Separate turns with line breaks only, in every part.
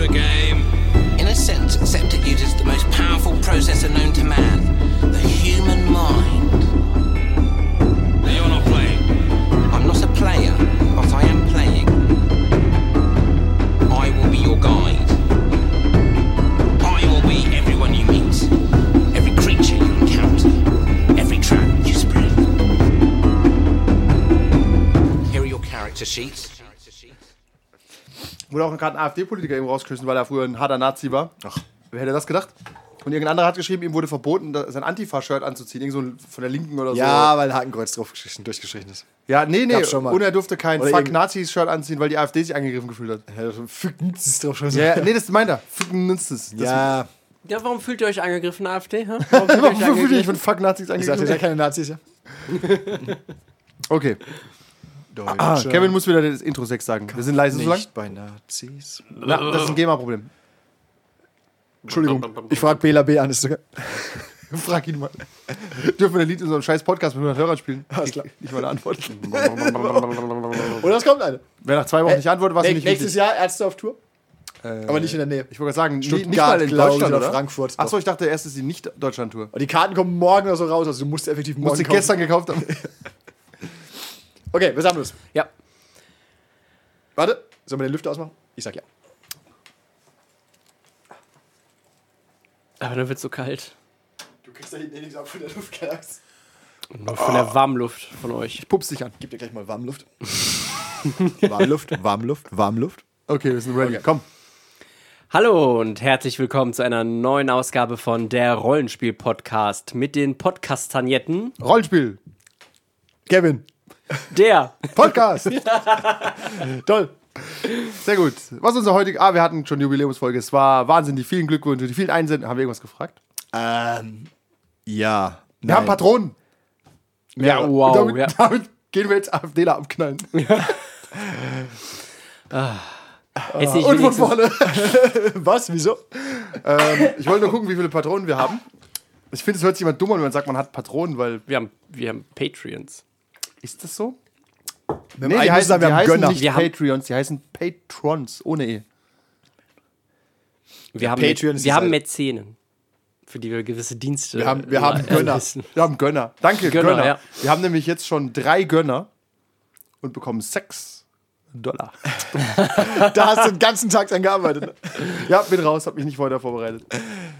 a game.
In a sense, acceptitude is the most powerful processor known to man the human mind.
Now you're not playing.
I'm not a player, but I am playing. I will be your guide. I will be everyone you meet, every creature you encounter, every trap you spread. Here are your character sheets.
Wurde auch gerade ein AfD-Politiker eben rausgeschmissen, weil er früher ein harter Nazi war. Ach. Wer hätte das gedacht? Und irgendein anderer hat geschrieben, ihm wurde verboten, da- sein Antifa-Shirt anzuziehen. Irgend so ein- von der Linken oder
Ja, weil ein Hakenkreuz draufgeschrieben, durchgeschrieben ist.
so. Ja, nee, nee.
Gab's schon mal.
Und er durfte kein
Oder irgend-
Fuck-Nazis-Shirt anziehen, weil die AfD sich angegriffen gefühlt hat.
Ja, das ist drauf schon so.
Ja, ja, nee, das meint er. Ficken nützt es. Das-
ja.
Ja, warum fühlt ihr euch angegriffen, AfD? Hä? Warum fühlt ihr euch
Warum fühle ich
angegriffen?
von Fuck-Nazis
Ich sagte, ihr
angegriffen?
seid keine Nazis, ja?
Okay. Ah, Kevin muss wieder das Intro-Sex sagen. Wir sind leise so lang.
nicht bei Nazis.
Na, das ist ein GEMA-Problem.
Entschuldigung, ich frage Bela B an, ist sogar.
Frag ihn mal. Dürfen wir ein Lied in so einem scheiß Podcast mit 100 Hörern spielen?
Alles klar.
Ich meine Antworten.
Oder es kommt eine.
Wer nach zwei Wochen nicht antwortet, war es
Äh, Näch-
nicht Äh,
nächstes
richtig.
Jahr Ärzte auf Tour, aber nicht in der Nähe.
Ich wollte gerade sagen, nie-
Stuttgart,
nicht mal in
glaub ich,
Deutschland
oder
oder?
Frankfurt.
Achso, ich dachte erst ist die Nicht-Deutschland-Tour.
Und die Karten kommen morgen oder so raus, also du musst effektiv morgen
Musst du
kaufen.
gestern gekauft haben.
Okay, wir sammeln uns.
Ja.
Warte, sollen wir den Lüfter ausmachen? Ich sag ja.
Aber dann wird's so kalt.
Du kriegst da hinten eh nichts ab von der Luft, keine Angst.
Nur von
Ah.
der warmen Luft von euch.
Pups dich an.
Gib dir gleich mal Warmluft. Warmluft, Warmluft, Warmluft.
Okay, wir sind ready. Komm.
Hallo und herzlich willkommen zu einer neuen Ausgabe von der Rollenspiel-Podcast mit den Podcast-Tanietten.
Rollenspiel.
Kevin,
Der
Podcast.
toll.
Sehr gut. Was unser heutig. Ah, wir hatten schon Jubiläumsfolge. Es war wahnsinnig. Vielen Glückwünsche, die vielen Einsenden. Haben wir irgendwas gefragt?
Ähm, ja.
Wir haben Patronen.
Ja, wow.
damit,
ja.
damit gehen wir jetzt AfDler abknallen.
Hättest nicht
Und von
wenigstens-
vorne.
Was? Wieso?
Ich wollte nur gucken, wie viele Patronen wir haben. Ich finde, es hört sich immer dumm an, wenn man sagt, man hat Patronen, weil.
wir, haben, wir haben Patreons.
Ist das so? Nee,
Mit
die
eigenen
heißen,
Namen,
die
wir haben
heißen
Gönner.
nicht
Wir haben-
Patreons, die heißen Patrons ohne E.
Wir haben,
Patreon ist
wir
das
haben
alte-
Mäzenen, für die wir gewisse Dienste
Wir haben, wir haben
äh,
Gönner.
leisten.
Wir haben Gönner. Danke, Gönner.
Gönner, ja.
Wir haben nämlich jetzt schon drei Gönner und bekommen sechs Dollar.
Da hast du den ganzen Tag dran gearbeitet. ne?
Ja, bin raus, hab mich nicht weiter vorbereitet.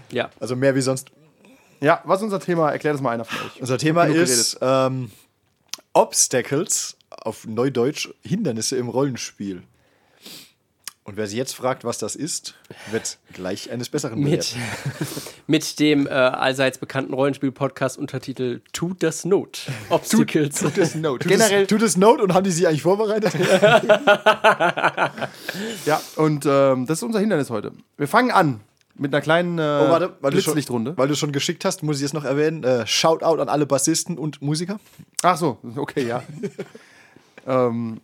Ja.
Also mehr wie sonst.
Ja, was ist unser Thema? Erklär das mal einer von euch.
Unser Thema
Genug
ist ähm, Obstacles, auf Neudeutsch Hindernisse im Rollenspiel. Und wer sich jetzt fragt, was das ist, wird gleich eines Besseren belehrt.
Mit, mit dem äh, allseits bekannten Rollenspiel-Podcast Untertitel Tut das Not. Obstacles.
Note.
Generell
Generell,
tut es Note und haben die sie eigentlich vorbereitet?
ja, und ähm, das ist unser Hindernis heute. Wir fangen an mit einer kleinen äh,
Oh, warte, weil du, schon,
Blitzlichtrunde.
weil du schon geschickt hast, muss ich jetzt noch erwähnen. Äh, Shoutout an alle Bassisten und Musiker.
Ach so, okay, ja. ähm,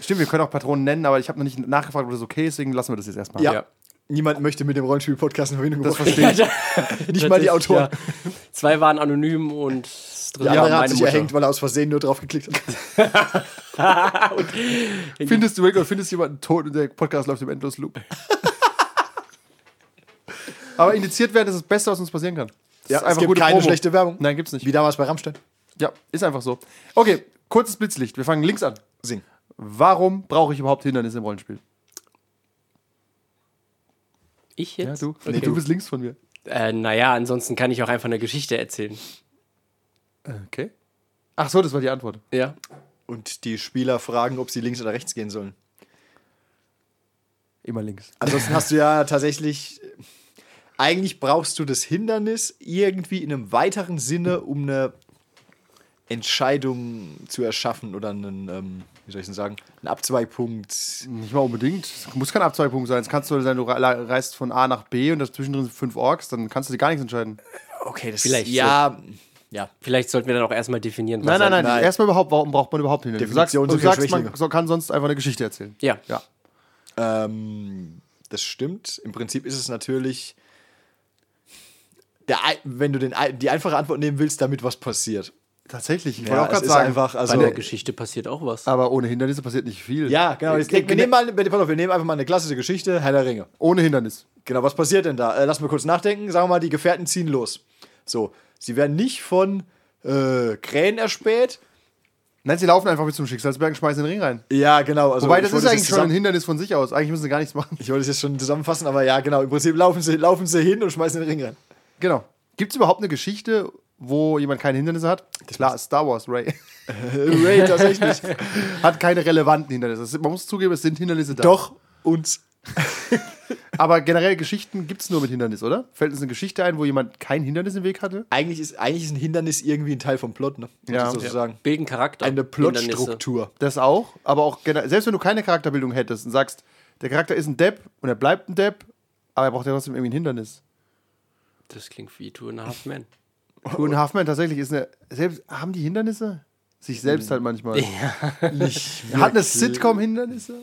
stimmt, wir können auch Patronen nennen, aber ich habe noch nicht nachgefragt, ob das okay ist, deswegen lassen wir das jetzt erstmal.
Ja.
Niemand möchte mit dem Rollenspiel-Podcast in Verbindung
Das
gebracht
verstehe ich.
werden. Nicht mal die Autoren.
Ja. Zwei waren anonym und das dritte
Der
war
andere
meine
hat sich
Mutter.
erhängt, weil er aus Versehen nur drauf geklickt hat.
Ah,
Findest du Rick und findest jemanden tot und der Podcast läuft im endlos Loop. Aber indiziert werden ist das Beste, was uns passieren kann.
Ja,
ist
es gibt keine schlechte Werbung.
Nein, gibt's nicht.
Wie damals bei Rammstein.
Ja, ist einfach so. Okay, kurzes Blitzlicht. Wir fangen links an.
Sing.
Warum brauche ich überhaupt Hindernisse im Rollenspiel?
Ich jetzt?
du?
Okay.
Nee, du bist links von mir.
Äh, naja, ansonsten kann ich auch einfach eine Geschichte erzählen.
Okay. Ach so, das war die Antwort.
Ja.
Und die Spieler fragen, ob sie links oder rechts gehen sollen.
Immer links.
Ansonsten hast du ja tatsächlich. Eigentlich brauchst du das Hindernis irgendwie in einem weiteren Sinne, um eine Entscheidung zu erschaffen oder einen, ähm, wie soll ich denn sagen, einen Abzweigpunkt.
Nicht mal unbedingt. Es muss kein Abzweigpunkt sein. Es kannst du sein, du re- reist von A nach B und dazwischen drin sind fünf Orks, dann kannst du dir gar nichts entscheiden.
Okay, das
Vielleicht
Ja, ja.
Vielleicht sollten wir dann auch erstmal definieren, was halt
Nein, nein,
ein-
nein,
nein.
Erstmal überhaupt, warum braucht man überhaupt Hindernisse? Du sagst,
Definition
du
sind ja
sagst man
Schwächlinge.
so- kann sonst einfach eine Geschichte erzählen.
Ja.
Ja.
Ähm, das stimmt. Im Prinzip ist es natürlich, der, ei- wenn du den, ei- die einfache Antwort nehmen willst, damit was passiert.
Tatsächlich, ich
Ja,
wollte auch
es
gerade
ist
sagen.
einfach, also-
Bei der Geschichte passiert auch
Ah.
was.
aber ohne Hindernisse passiert nicht viel.
Ja, genau. Jetzt,
Ge-
wir, nehmen mal, pass auf, wir nehmen einfach mal eine klassische Geschichte, Herr der Ringe.
Ohne Hindernis.
Genau, was passiert denn da? Äh, lass mal kurz nachdenken. Sagen wir mal, die Gefährten ziehen los. So, sie werden nicht von äh, Krähen erspäht.
Nein, sie laufen einfach bis zum Schicksalsberg und schmeißen den Ring rein.
Ja, genau. Also
Wobei,
ich
das ist
wollte es
eigentlich
jetzt
schon ein
zusammen-
Hindernis von sich aus. Eigentlich müssen sie gar nichts machen.
Ich wollte es jetzt schon zusammenfassen, aber ja, genau. Im Prinzip laufen sie, laufen sie hin und schmeißen den Ring rein.
Genau. Gibt es überhaupt eine Geschichte, wo jemand keine Hindernisse hat? Klar, Star Wars, Ray.
Äh, Ray, tatsächlich.
hat keine relevanten Hindernisse. Das sind- Man muss zugeben, es sind Hindernisse da.
Doch, uns.
Aber generell Geschichten gibt es nur mit Hindernis, oder? Fällt uns eine Geschichte ein, wo jemand kein Hindernis im Weg hatte?
Eigentlich ist, eigentlich ist ein Hindernis irgendwie ein Teil vom Plot, ne? Muss
Ja.
ich sozusagen.
Bilden Charakter.
Eine
Hindernisse.
Plotstruktur.
Das auch, aber auch generell, selbst wenn du keine Charakterbildung hättest und sagst, der Charakter ist ein Depp und er bleibt ein Depp, aber er braucht ja trotzdem irgendwie ein Hindernis.
Das klingt wie Two and a Half Men.
Two and a Half Men tatsächlich ist eine. Selbst, haben die Hindernisse? Sich selbst halt manchmal. Hat eine Sitcom Hindernisse?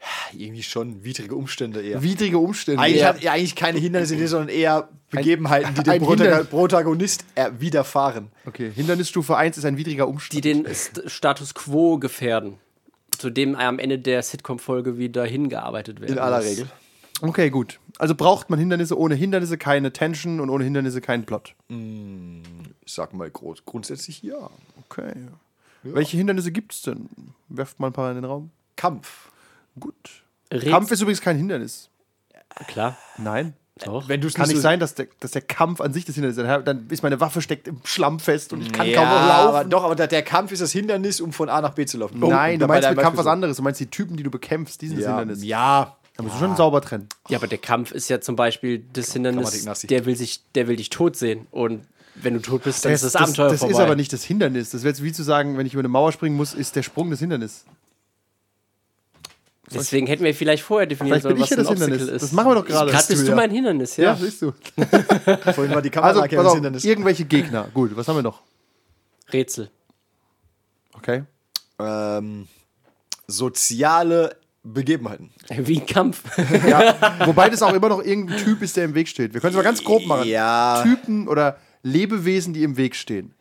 Ah, Irgendwie schon widrige Umstände eher.
Widrige Umstände.
Eigentlich
Ja.
hat er eigentlich keine Hindernisse in dir, sondern eher Begebenheiten, die
ein
dem Protagon
Hindernis.
Protagonist er- widerfahren.
okay, Hindernisstufe 1 ist ein widriger Umstand.
Die den St Status Quo gefährden. Zu dem am Ende der Sitcom-Folge wieder hingearbeitet werden.
In aller
muss.
Regel.
Okay, gut. Also braucht man Hindernisse, ohne Hindernisse keine Tension und ohne Hindernisse keinen Plot.
Ich sag mal groß, grundsätzlich ja.
Okay. Welche Hindernisse gibt's denn? Werft mal ein paar in den Raum.
Kampf.
Gut.
Rätsel-
Kampf ist übrigens kein Hindernis.
Klar,
Nein.
doch.
Wenn du
Kann nicht sein, dass der, dass der Kampf an sich das Hindernis ist. Dann- Dann ist meine Waffe steckt im Schlamm fest und ich kann
ja,
kaum noch laufen.
Aber, doch, aber der- der Kampf ist das Hindernis, um von A nach B zu laufen.
Nein, du
Bei
meinst
deinem
mit Kampf was
Beispiel
anderes. Du meinst die Typen, die du bekämpfst, die sind das
so.
Hindernis.
Ja, ja.
Da musst du schon sauber trennen.
ja, aber der Kampf ist ja zum Beispiel das
Grammatik
Hindernis,
Nazi.
der will, sich, der will dich tot sehen. Und wenn du tot bist, dann ist das Abenteuer
das, das
vorbei.
ist aber nicht das Hindernis. Das wäre jetzt wie zu sagen, wenn ich über eine Mauer springen muss, ist der Sprung das Hindernis.
Deswegen hätten wir vielleicht vorher definieren
Vielleicht
sollen,
bin
was
ich ja
ein
das Hindernis.
Obstacle ist.
Das machen wir doch gerade.
Gerade bist du
Ja.
mein Hindernis, ja.
siehst du.
Vorhin war die Kamera
Also,
kein
pass auf,
Hindernis.
irgendwelche Gegner. Gut, was haben wir noch?
Rätsel.
Okay.
Ähm, soziale Begebenheiten.
Wie ein Kampf.
Ja, wobei das auch immer noch irgendein Typ ist, der im Weg steht. Wir können es mal ganz grob machen.
Ja.
Typen oder Lebewesen, die im Weg stehen.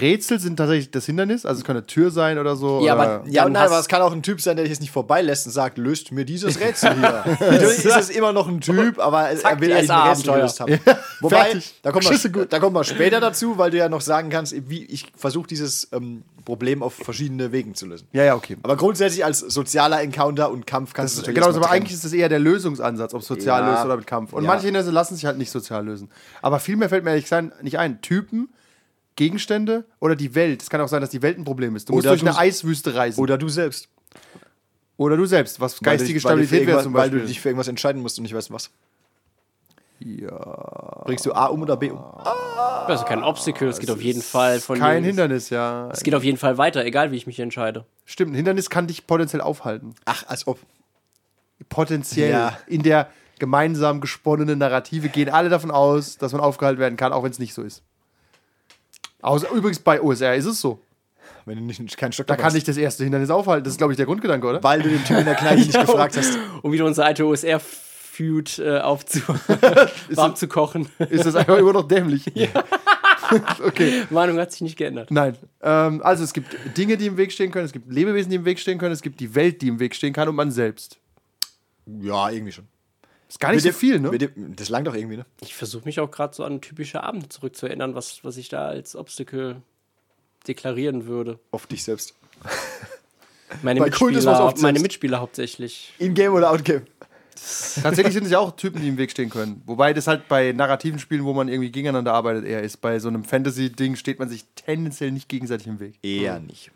Rätsel sind tatsächlich das Hindernis, also es kann eine Tür sein oder so.
Ja,
oder
aber-
Ja,
Dann
nein,
hast-
aber es kann auch ein Typ sein, der dich jetzt nicht vorbeilässt und sagt, löst mir dieses Rätsel hier. Natürlich ist es immer noch ein Typ, aber es- er will
die
eigentlich ein Rätsel
SA-Abenteuer.
gelöst haben. Wobei,
Fertig.
da kommen,
Schüsse
wir, da kommen wir später dazu, weil du ja noch sagen kannst, wie ich versuche dieses ähm, Problem auf verschiedene Wegen zu lösen.
ja, ja, okay.
Aber grundsätzlich als sozialer Encounter und Kampf kannst
Das ist,
du
genau,
natürlich
aber
erstmal
eigentlich ist das eher der Lösungsansatz, ob es sozial
Ja.
löst oder mit Kampf. Und
Ja.
manche Hindernisse lassen sich halt nicht sozial lösen. Aber viel mehr fällt mir ehrlich gesagt nicht ein. Typen, Gegenstände oder die Welt. Es kann auch sein, dass die Welt ein Problem ist. Du musst
Oder
durch
du-
eine Eiswüste reisen.
trennen. oder du selbst.
Oder du selbst, was geistige Stabilität wäre
wäre
zum
Weil
Beispiel.
du dich für irgendwas entscheiden musst und nicht weißt was. Ja. Bringst du A um oder B um?
Also kein Obstacle, es geht auf jeden Fall von
Ah, Kein
links.
Hindernis, ja.
Es geht auf jeden Fall weiter, egal wie ich mich entscheide.
Stimmt, ein Hindernis kann dich potenziell aufhalten.
Ach, als ob.
Potenziell.
Ja.
In der gemeinsam gesponnenen Narrative gehen alle davon aus, dass man aufgehalten werden kann, auch wenn es nicht so ist. Außer, übrigens bei OSR ist es so.
Wenn du nicht keinen Stock
Da kann
hast.
dich das erste Hindernis aufhalten. Das ist, glaube ich, der Grundgedanke, oder?
Weil du den Typ in der Kneipe nicht gefragt hast.
Um wieder unsere alte OSR-Feud äh, aufzu warm zu kochen.
Ist das einfach immer noch dämlich?
Meinung hat sich nicht geändert.
Nein. Ähm, also es gibt Dinge, die im Weg stehen können, es gibt Lebewesen, die im Weg stehen können, es gibt die Welt, die im Weg stehen kann und man selbst.
Ja, irgendwie schon.
Ist gar nicht so viel, ne?
Mit dem, das langt doch irgendwie, ne?
Ich versuche mich auch gerade so an typische Abende zurückzuerinnern, was, was ich da als Obstacle deklarieren würde.
Auf dich selbst.
Meine,
Bei Kult ist was
Mitspieler,
oft
meine
selbst.
Mitspieler hauptsächlich.
In-game oder out-game?
Tatsächlich sind es ja auch Typen, die im Weg stehen können. Wobei das halt bei narrativen Spielen, wo man irgendwie gegeneinander arbeitet, eher ist. Bei so einem Fantasy-Ding steht man sich tendenziell nicht gegenseitig im Weg.
Eher nicht.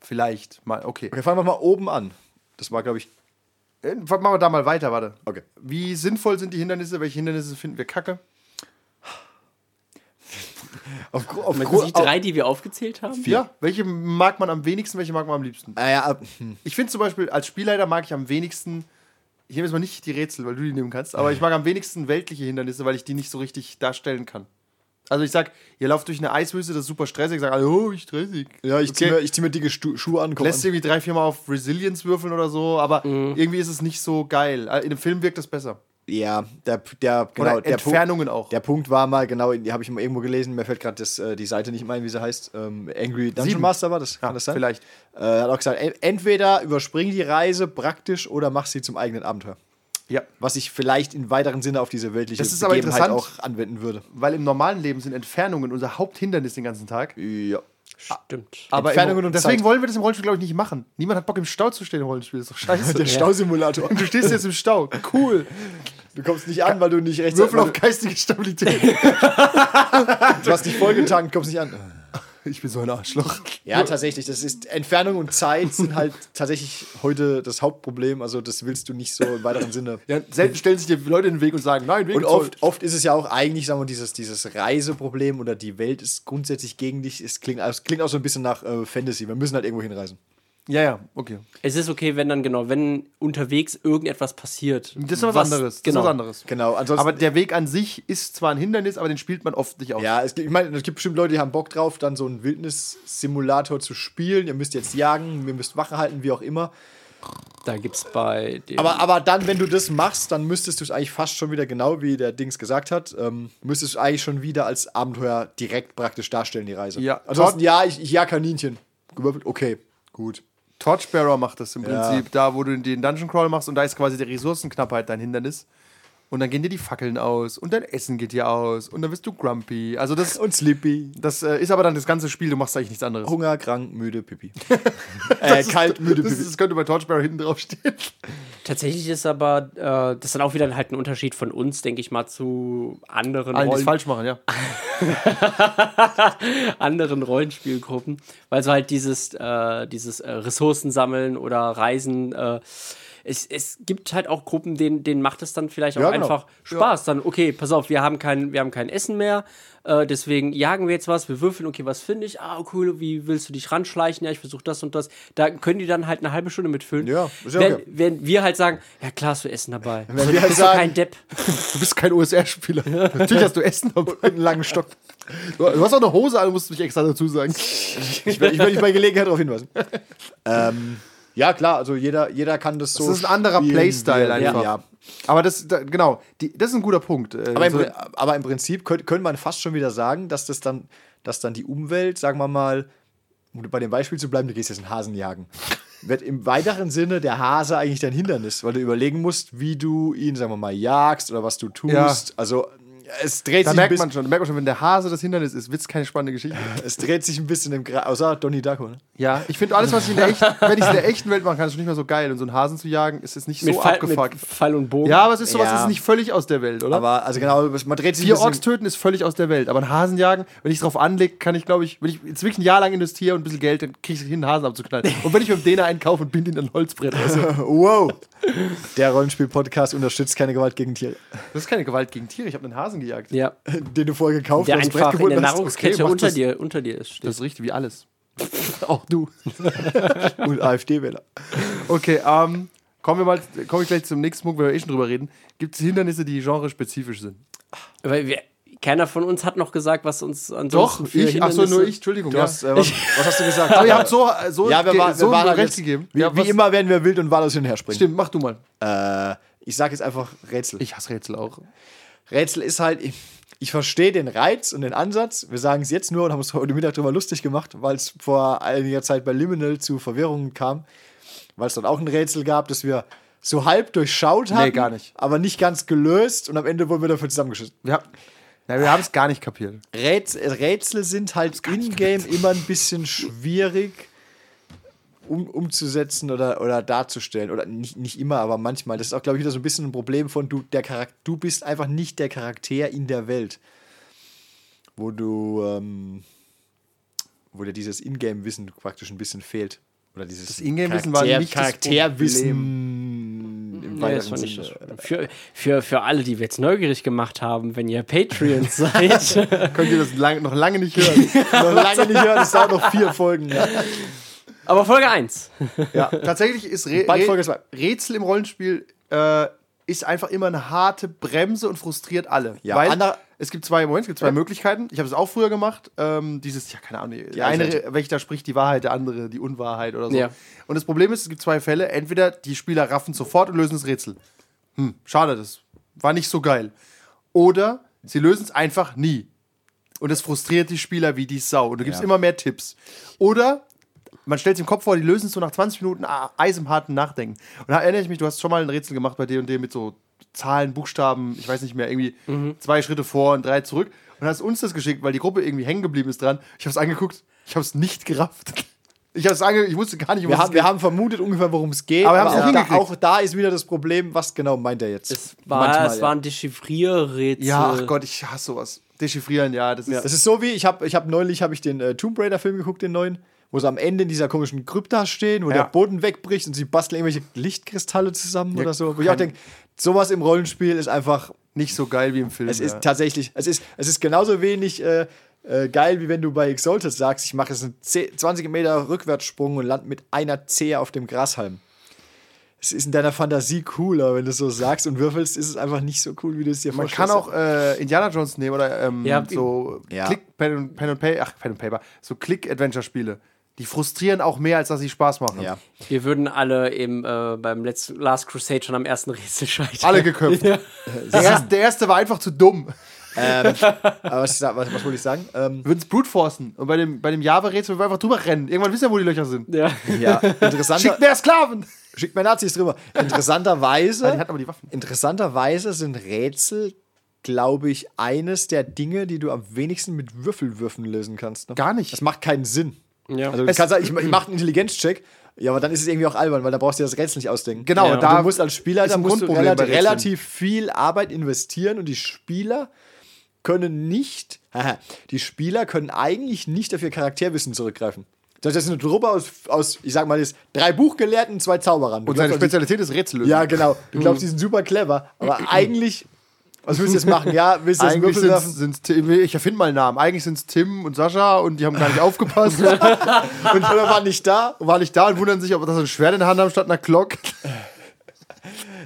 Vielleicht mal, okay.
Okay, fangen wir mal oben an. Das war, glaube ich.
Äh, Machen wir da mal weiter, warte.
Okay.
Wie sinnvoll sind die Hindernisse? Welche Hindernisse finden wir kacke?
Auf, Gru- auf,
Man
Gru-
die
auf,
drei, die wir aufgezählt haben?
Ja, welche mag man am wenigsten, welche mag man am liebsten?
Ah, ja, ab- hm.
Ich finde zum Beispiel, als Spielleiter mag ich am wenigsten, ich nehme jetzt mal nicht die Rätsel, weil du die nehmen kannst, aber ich mag am wenigsten weltliche Hindernisse, weil ich die nicht so richtig darstellen kann. Also ich sag, ihr lauft durch eine Eiswüste, das ist super stressig, sagt alle, oh, wie stressig.
ja ich ziehe mir, ich zieh mir dicke Stu Schuhe an. Komm
Lässt
an.
irgendwie drei, Mhm. vier Mal auf Resilience würfeln oder so, aber irgendwie ist es nicht so geil. Äh, In dem Film wirkt das besser.
Ja, der, der, genau, der
Entfernungen
Punkt,
auch.
Der Punkt war mal, genau, die habe ich mal irgendwo gelesen, mir fällt gerade das, äh, die Seite nicht mehr ein, wie sie heißt. Ähm, Angry Dungeon
Sieben.
Master war das,
Ja,
kann das sein?
vielleicht.
Äh, hat auch gesagt, en- entweder überspring die Reise praktisch oder mach sie zum eigenen Abenteuer.
Ja.
Was ich vielleicht in weiteren Sinne auf diese weltliche
Das ist aber interessant.
auch anwenden würde.
Weil im normalen Leben sind Entfernungen unser Haupthindernis den ganzen Tag.
Ja.
Stimmt.
Aber
Entfernungen
im,
und
deswegen
Zeit.
wollen wir das im Rollenspiel, glaube ich, nicht machen. Niemand hat Bock, im Stau zu stehen im Rollenspiel. Das ist doch scheiße.
Der Stausimulator.
Du stehst jetzt im Stau. Cool.
Du kommst nicht an, weil du nicht rechts
Würfel
weil
auf geistige Stabilität.
du, du hast nicht vollgetankt, kommst nicht an.
Ich bin so ein Arschloch.
Ja, tatsächlich. Das ist Entfernung und Zeit sind halt tatsächlich heute das Hauptproblem. Also das willst du nicht so im weiteren Sinne.
Ja, selten stellen sich dir Leute in den Weg und sagen, nein, Weg
Und
ist voll.
oft, oft ist es ja auch eigentlich, sagen wir, dieses, dieses Reiseproblem oder die Welt ist grundsätzlich gegen dich. Es klingt, es klingt auch so ein bisschen nach äh, Fantasy. Wir müssen halt irgendwo hinreisen.
Ja, ja, okay.
Es ist okay, wenn dann genau, wenn unterwegs irgendetwas passiert.
Das ist noch was, anderes. Das
Genau.
ist was anderes.
Genau. Ansonsten,
Aber der Weg an sich ist zwar ein Hindernis, aber den spielt man oft nicht aus.
ja, es, gibt- ich meine, es gibt bestimmt Leute, die haben Bock drauf, dann so einen Wildnissimulator zu spielen. Ihr müsst jetzt jagen, ihr müsst Wache halten, wie auch immer.
Da gibt's bei dem
Aber, aber dann, wenn du das machst, dann müsstest du es eigentlich fast schon wieder, genau wie der Dings gesagt hat, ähm, müsstest du es eigentlich schon wieder als Abenteuer direkt praktisch darstellen, die Reise. Also
Ja.
Ansonsten, ja, ich, ich jag Kaninchen. Gewürfelt, okay, gut.
Torchbearer macht das im
Ja.
Prinzip, da wo du den Dungeon Crawl machst und da ist quasi die Ressourcenknappheit dein Hindernis. Und dann gehen dir die Fackeln aus und dein Essen geht dir aus und dann bist du grumpy. Also das,
Und Sleepy.
das äh, ist aber dann das ganze Spiel, du machst eigentlich nichts anderes.
Hunger, krank, müde, pipi. äh, kalt, müde,
Oh, das, ist-
pipi.
das könnte bei Torchbearer hinten drauf stehen.
Tatsächlich ist aber äh, das dann auch wieder halt ein Unterschied von uns, denke ich mal, zu anderen,
Allen, die es
Rollen
falsch machen, ja.
anderen Rollenspielgruppen, weil so halt dieses, äh, dieses äh, Ressourcen sammeln oder Reisen. Äh, es, es gibt halt auch Gruppen, denen, denen macht es dann vielleicht auch
Ja, genau.
einfach Spaß. Dann, okay, pass auf, wir haben kein, wir haben kein Essen mehr, äh, deswegen jagen wir jetzt was, wir würfeln, okay, was finde ich? Ah, cool, wie willst du dich ranschleichen? Ja, ich versuche das und das. Da können die dann halt eine halbe Stunde mitfüllen.
Ja, ist ja
wenn,
okay.
wenn wir halt sagen, ja klar, hast du Essen dabei.
Wenn wir halt
bist du
sagen-
kein Depp.
Du bist kein OSR-Spieler. Natürlich hast du Essen dabei.
Einen langen Stock.
Du du hast auch eine Hose an, musst du mich extra dazu sagen.
Ich werde ich werd dich bei Gelegenheit darauf hinweisen. ähm, ja, klar, also jeder, jeder kann das so.
Das ist ein anderer
spielen, wie
Playstyle
er will,
einfach. Also
Ja.
Aber das, da, genau, die, das ist ein guter Punkt. Äh,
Aber im,
so-
Pri- aber im Prinzip könnte, könnte man fast schon wieder sagen, dass das dann, dass dann die Umwelt, sagen wir mal, um bei dem Beispiel zu bleiben, du gehst jetzt einen Hasen jagen. Wird im weiteren Sinne der Hase eigentlich dein Hindernis, weil du überlegen musst, wie du ihn, sagen wir mal, jagst oder was du tust.
Ja.
Also es dreht,
da
sich ein
merkt man
bisschen,
schon, da merkt man schon, wenn der Hase das Hindernis ist, wird's keine spannende Geschichte.
es dreht sich ein bisschen im Kreis, außer Donnie Darko. Ne?
Ja, ich finde alles, was ich in der echten, wenn ich in der echten Welt machen kann, ist schon nicht mehr so geil. Und so einen Hasen zu jagen, ist jetzt nicht so
Fall,
abgefuckt.
mit Fall und Bogen.
Ja, aber es ist sowas,
Ja.
das ist nicht völlig aus der Welt, oder?
Aber also genau, man dreht sich
Vier
ein
Orks
bisschen,
töten ist völlig aus der Welt, aber einen Hasen jagen, wenn ich es drauf anlege, kann ich, glaube ich, wenn ich jetzt wirklich ein Jahr lang investiere und ein bisschen Geld, dann kriege ich hin, einen Hasen abzuknallen. Und wenn ich mit dem Däner einen kaufe und binde ihn an ein Holzbrett. Also,
Wow! Der Rollenspiel-Podcast unterstützt keine Gewalt gegen Tiere.
das ist keine Gewalt gegen Tiere, ich habe einen Hasen gejagt.
Ja.
Den du vorher gekauft
der
hast, Brett
einfach in
gebunden
der
hast.
Nahrungskette
mach
unter,
das.
dir, unter dir steht.
Das ist richtig wie alles. Auch du.
Und AfD-Wähler.
Okay, ähm, kommen wir mal, komme ich gleich zum nächsten Punkt, wenn wir eh schon drüber reden. Gibt es Hindernisse, die genrespezifisch sind?
Weil wir, keiner von uns hat noch gesagt, was uns ansonsten
Doch,
für
ich. Achso,
Hindernisse-
nur ich, Entschuldigung.
Du
ja.
hast, äh, was, was hast du gesagt?
Aber ihr habt so, so,
ja, wir,
ge-
war,
so
wir waren halt
recht
jetzt,
gegeben.
Wie,
ja,
wie
was-
immer werden wir wild und wahllos hin und her springen.
Stimmt, mach du mal.
Äh, ich sage jetzt einfach Rätsel.
Ich hasse Rätsel auch.
Rätsel ist halt, ich, ich verstehe den Reiz und den Ansatz. Wir sagen es jetzt nur und haben uns heute Mittag drüber lustig gemacht, weil es vor einiger Zeit bei Liminal zu Verwirrungen kam, weil es dann auch ein Rätsel gab, das wir so halb durchschaut haben,
gar nicht.
aber nicht ganz gelöst und am Ende wurden wir dafür zusammengeschissen.
Wir, hab- ja, wir haben es gar nicht kapiert.
Rätsel, Rätsel sind halt in-game immer ein bisschen schwierig um, umzusetzen oder, oder darzustellen. Oder nicht, nicht immer, aber manchmal. Das ist auch, glaube ich, wieder so ein bisschen ein Problem von du, der Charakter, du bist einfach nicht der Charakter in der Welt. Wo du, ähm, wo dir dieses Ingame-Wissen praktisch ein bisschen fehlt. Oder dieses das
Ingame-Wissen war nicht das
Charakterwissen im
Nee, das war
weiteren
nicht
Sinne.
das. Für, für, für alle, die wir jetzt neugierig gemacht haben, wenn ihr Patreons seid,
Könnt ihr das lang, noch lange nicht hören?
noch lange nicht hören, es dauert noch vier Folgen. Ja.
aber Folge 1.
ja, tatsächlich ist Re
Bald Folge zwei.
Re Rätsel im Rollenspiel äh, ist einfach immer eine harte Bremse und frustriert alle.
Ja,
weil
ander-
es gibt zwei Moment, es gibt zwei Möglichkeiten. Ich habe es auch früher gemacht. Ähm, dieses, ja, keine Ahnung, der
Eichheit.
eine Wächter spricht die Wahrheit, der andere die Unwahrheit oder so.
Ja.
Und das Problem ist, es gibt zwei Fälle. Entweder die Spieler raffen sofort und lösen das Rätsel. Hm, schade, das War nicht so geil. Oder sie lösen es einfach nie. Und das frustriert die Spieler wie die Sau. Und du gibst
Ja.
immer mehr Tipps. Oder man stellt sich im Kopf vor, die lösen es so nach 20 Minuten ah, eisenharten Nachdenken. Und da erinnere ich mich, du hast schon mal ein Rätsel gemacht bei D&D mit so Zahlen, Buchstaben, ich weiß nicht mehr, irgendwie zwei Schritte vor und drei zurück. Und hast uns das geschickt, weil die Gruppe irgendwie hängen geblieben ist dran. Ich habe es angeguckt, ich habe es nicht gerafft. Ich, hab's ange ich wusste gar nicht, um
Wir
was
haben, wir haben vermutet ungefähr, worum es geht.
Aber wir haben's nicht
auch, da,
hingekriegt.
auch da ist wieder das Problem, was genau meint er jetzt?
Es, war, es
ja.
waren Dechiffrierrätsel.
Ja, ach Gott, ich hasse sowas. Dechiffrieren, ja, das ist.
Das ist so wie, ich habe ich hab neulich hab ich den äh, Tomb Raider-Film geguckt, den neuen, wo sie am Ende in dieser komischen Krypta stehen, wo
Ja.
der Boden wegbricht und sie basteln irgendwelche Lichtkristalle zusammen oder so. Wo ich
kein-
auch denke, sowas im Rollenspiel ist einfach,
nicht so geil wie im Film.
es
ja.
ist tatsächlich, es ist, es ist genauso wenig äh, äh, geil, wie wenn du bei Exalted sagst, ich mache jetzt einen 10, 20 Meter Rückwärtssprung und land mit einer Zehe auf dem Grashalm. Es ist in deiner Fantasie cooler, wenn du es so sagst und würfelst, ist es einfach nicht so cool, wie du es dir
Man kann
vorstellst.
auch äh, Indiana Jones nehmen oder ähm,
Ja.
so
Ja.
Click, Pen und, Pen und Paper, ach, Pen und Paper, so Click-Adventure-Spiele. Die frustrieren auch mehr, als dass sie Spaß machen.
Ja.
Wir würden alle im, äh, beim letzten Last Crusade schon am ersten Rätsel scheitern.
Alle geköpft.
Ja.
Der, erste, der erste war einfach zu dumm.
Aber was, ich sa- was, was wollte ich sagen? Ähm,
Wir würden es brutforcen. Und bei dem, bei dem Java-Rätsel würden wir einfach drüber rennen. Irgendwann wissen wir, wo die Löcher sind.
Ja.
ja, interessanter,
Schickt mehr Sklaven!
Schickt mir Nazis drüber.
Die
Interessanterweise,
hatten aber die Waffen.
interessanterweise sind Rätsel, glaube ich, eines der Dinge, die du am wenigsten mit Würfelwürfen lösen kannst. Ne?
Gar nicht.
Das macht keinen Sinn.
Ja.
Also du kannst sagen, ich, ich mache einen Intelligenzcheck. Ja, aber dann ist es irgendwie auch albern, weil da brauchst du dir das Rätsel nicht ausdenken.
Genau,
ja.
da
da du musst als Spieler
ist
da
ein
musst du
Grundproblem bei
relativ,
Rätseln.
relativ viel Arbeit investieren und die Spieler können nicht, haha, die Spieler können eigentlich nicht auf ihr Charakterwissen zurückgruppen. Das ist eine Truppe aus, aus, ich sag mal, jetzt drei Buchgelehrten und zwei Zauberern. also Du
Und seine
glaubst, die-
Spezialität ist Rätsel lösen.
ja, genau. Du glaubst, die sind super clever, aber eigentlich. Was willst du jetzt machen? Ja, willst du jetzt einen
Eigentlich
Würfel werfen?
sind es ich erfinde mal einen Namen. Eigentlich sind es Tim und Sascha und die haben gar nicht aufgepasst.
Und oder war nicht da?
war nicht da und wundern sich, ob das ein Schwert in der Hand haben statt einer Glock.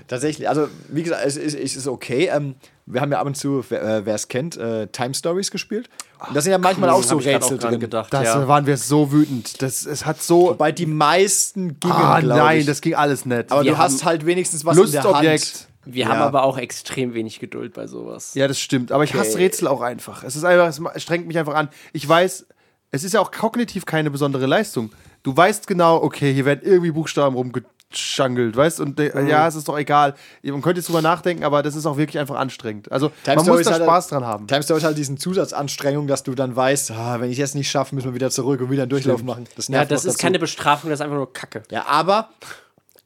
Tatsächlich, also wie gesagt, es ist, es ist okay. Ähm, wir haben ja ab und zu, wer äh, wer es kennt, äh, Time Stories gespielt. Und da sind ja manchmal auch so
hab ich grad
Rätsel
auch dran
drin.
gedacht.
Das
ja.
waren wir so wütend. Das, es hat so.
Wobei die meisten gingen,
Ah,
glaub
nein,
ich.
das ging alles nicht.
Aber
Wir
du hast halt wenigstens was in der Hand.
Lustobjekt.
Wir haben aber auch extrem wenig Geduld bei sowas.
Ja, das stimmt. Aber ich hasse Rätsel auch einfach. Es ist einfach, es ma- es strengt mich einfach an. Ich weiß, es ist ja auch kognitiv keine besondere Leistung. Du weißt genau, okay, hier werden irgendwie Buchstaben rumgeschangelt, weißt und de-
Mhm.
ja, es ist doch egal. Man könnte jetzt drüber nachdenken, aber das ist auch wirklich einfach anstrengend. Also man muss
Stories
da
hat- halt
Spaß dran haben.
Time Stories hat halt diesen Zusatzanstrengung, dass du dann weißt, ah, wenn ich es nicht schaffe, müssen wir wieder zurück und wieder einen Durchlauf machen. Das
Ja,
nervt
das
noch
ist
dazu.
keine Bestrafung, das ist einfach nur Kacke.
Ja, aber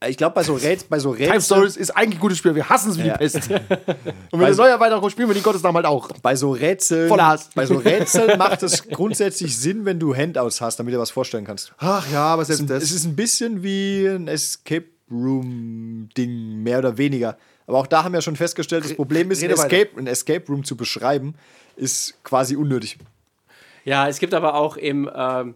äh, ich glaube, bei so Räts- bei so Rätseln.
Time Stories ist eigentlich ein gutes Spiel, wir hassen es wie die
Ja.
Pest. Und wenn wir neue Erweiterung spielen, wir die Gottesnamen halt auch.
bei so Rätseln,
Voller Hass.
bei so Rätseln macht es grundsätzlich Sinn, wenn du Handouts hast, damit du was vorstellen kannst.
Ach ja, aber selbst Ah, das.
Es ist ein bisschen wie ein Escape Room Ding mehr oder weniger. Aber auch da haben wir schon festgestellt, das Problem ist, ein
rede weiter.
Escape, ein Escape Room zu beschreiben, ist quasi unnötig.
Ja, es gibt aber auch im, ähm,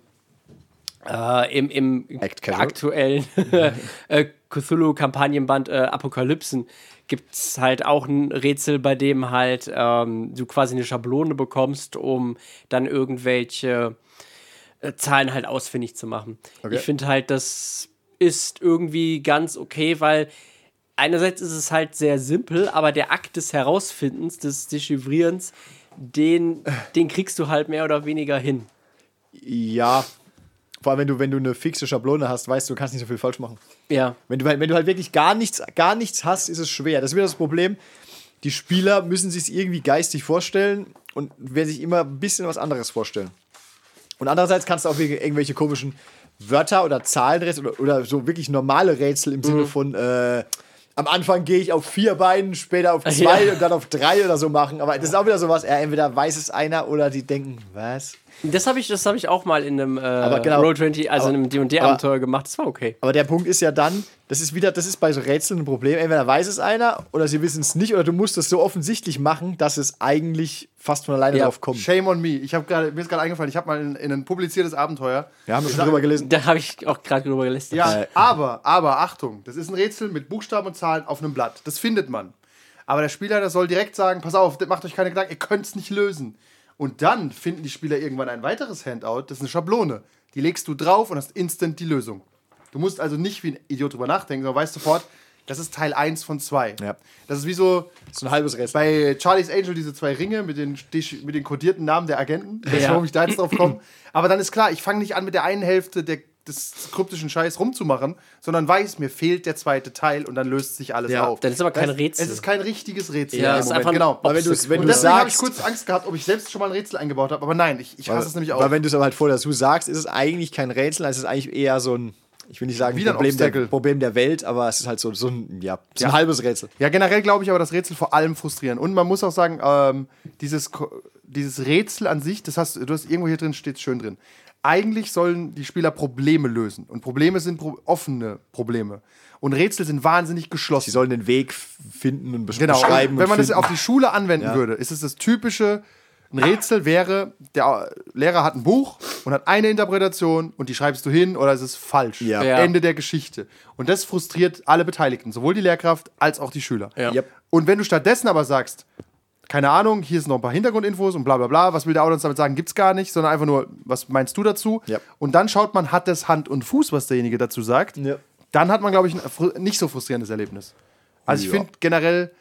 äh, im, im
Act Casual.
aktuellen äh, Cthulhu-Kampagnenband äh, Apokalypsen gibt es halt auch ein Rätsel, bei dem halt ähm, du quasi eine Schablone bekommst, um dann irgendwelche äh, Zahlen halt ausfindig zu machen. Ich finde halt, das ist irgendwie ganz okay, weil einerseits ist es halt sehr simpel, aber der Akt des Herausfindens, des Dechivrierens, den, den kriegst du halt mehr oder weniger hin.
Ja. Vor allem, wenn du, wenn du eine fixe Schablone hast, weißt du, du kannst nicht so viel falsch machen.
Ja.
Wenn du, halt- wenn du halt wirklich gar nichts, gar nichts hast, ist es schwer. Das ist wieder das Problem. Die Spieler müssen sich irgendwie geistig vorstellen und werden sich immer ein bisschen was anderes vorstellen. Und andererseits kannst du auch wegen irgendwelche komischen Wörter oder Zahlenrätsel oder, oder so wirklich normale Rätsel im Sinne von äh, am Anfang gehe ich auf vier Beinen, später auf zwei
Ja.
und dann auf drei oder so machen. Aber das ist auch wieder sowas. Ja, entweder weiß es einer oder die denken, was?
Das habe ich, das hab ich auch mal in einem äh,
genau.
Roll 20, also
Aber-
in einem DD-Abenteuer gemacht. Das war okay.
Aber der Punkt ist ja dann, das ist wieder, das ist bei so Rätseln ein Problem. Entweder weiß es einer oder sie wissen es nicht oder du musst es so offensichtlich machen, dass es eigentlich fast von alleine
Ja.
drauf kommt.
Shame on me. Ich hab grade, mir ist gerade eingefallen, ich habe mal in, in ein publiziertes Abenteuer.
Wir haben schon drüber gelesen.
Da habe ich auch gerade drüber gelästert.
Ja,
Äh.
aber, aber Achtung, das ist ein Rätsel mit Buchstaben und Zahlen auf einem Blatt. Das findet man. Aber der Spieler, der soll direkt sagen, pass auf, macht euch keine Gedanken, ihr könnt es nicht lösen. Und dann finden die Spieler irgendwann ein weiteres Handout, das ist eine Schablone. Die legst du drauf und hast instant die Lösung. Du musst also nicht wie ein Idiot drüber nachdenken, sondern weißt sofort, Das ist Teil 1 von 2.
Ja.
Das ist wie so
So ein halbes Rätsel.
bei Charlie's Angel diese zwei Ringe mit den, stich- mit den kodierten Namen der Agenten. Ich weiß nicht,
Ja.
warum ich da jetzt drauf komme. Aber dann ist klar, ich fange nicht an mit der einen Hälfte der, des kryptischen Scheiß rumzumachen, sondern weiß, mir fehlt der zweite Teil und dann löst sich alles
Ja,
auf.
dann ist aber kein
Weißt,
Rätsel.
Es ist kein richtiges Rätsel.
Ja,
in dem
es ist
Moment.
einfach ein
genau.
Ob-
Aber wenn, du's, wenn
und
du
deswegen habe ich
sagst,
kurz Angst gehabt, ob ich selbst schon mal ein Rätsel eingebaut habe. Aber nein, ich, ich hasse es nämlich auch.
Weil wenn du es aber halt vorher dazu sagst, ist es eigentlich kein Rätsel, es ist eigentlich eher so ein, ich will nicht sagen,
Wieder ein
Problem, der,
Obstacle.
Problem der Welt, aber es ist halt so, so ein, ja, so ein halbes Rätsel.
Ja, generell glaube ich aber, das Rätsel vor allem frustrieren. Und man muss auch sagen, ähm, dieses, Ko- dieses Rätsel an sich, das hast du hast irgendwo hier drin, steht schön drin. Eigentlich sollen die Spieler Probleme lösen. Und Probleme sind pro offene Probleme. Und Rätsel sind wahnsinnig geschlossen.
Die sollen den Weg f- finden und besch
genau.
beschreiben.
Wenn man
und
das
finden.
auf die Schule anwenden würde, ist es das typische. Ein Rätsel wäre, der Lehrer hat ein Buch und hat eine Interpretation und die schreibst du hin oder es ist falsch.
Ja.
Ja.
Ende der Geschichte. Und das frustriert alle Beteiligten, sowohl die Lehrkraft als auch die Schüler.
Ja.
Yep.
Und wenn du stattdessen aber sagst, keine Ahnung, hier sind noch ein paar Hintergrundinfos und bla bla bla, was will der Autor uns damit sagen, gibt's gar nicht, sondern einfach nur, was meinst du dazu?
Ja.
Und dann schaut man, hat das Hand und Fuß, was derjenige dazu sagt.
Ja.
Dann hat man, glaube ich, ein fru- nicht so frustrierendes Erlebnis. Also ich
Ja.
finde generell,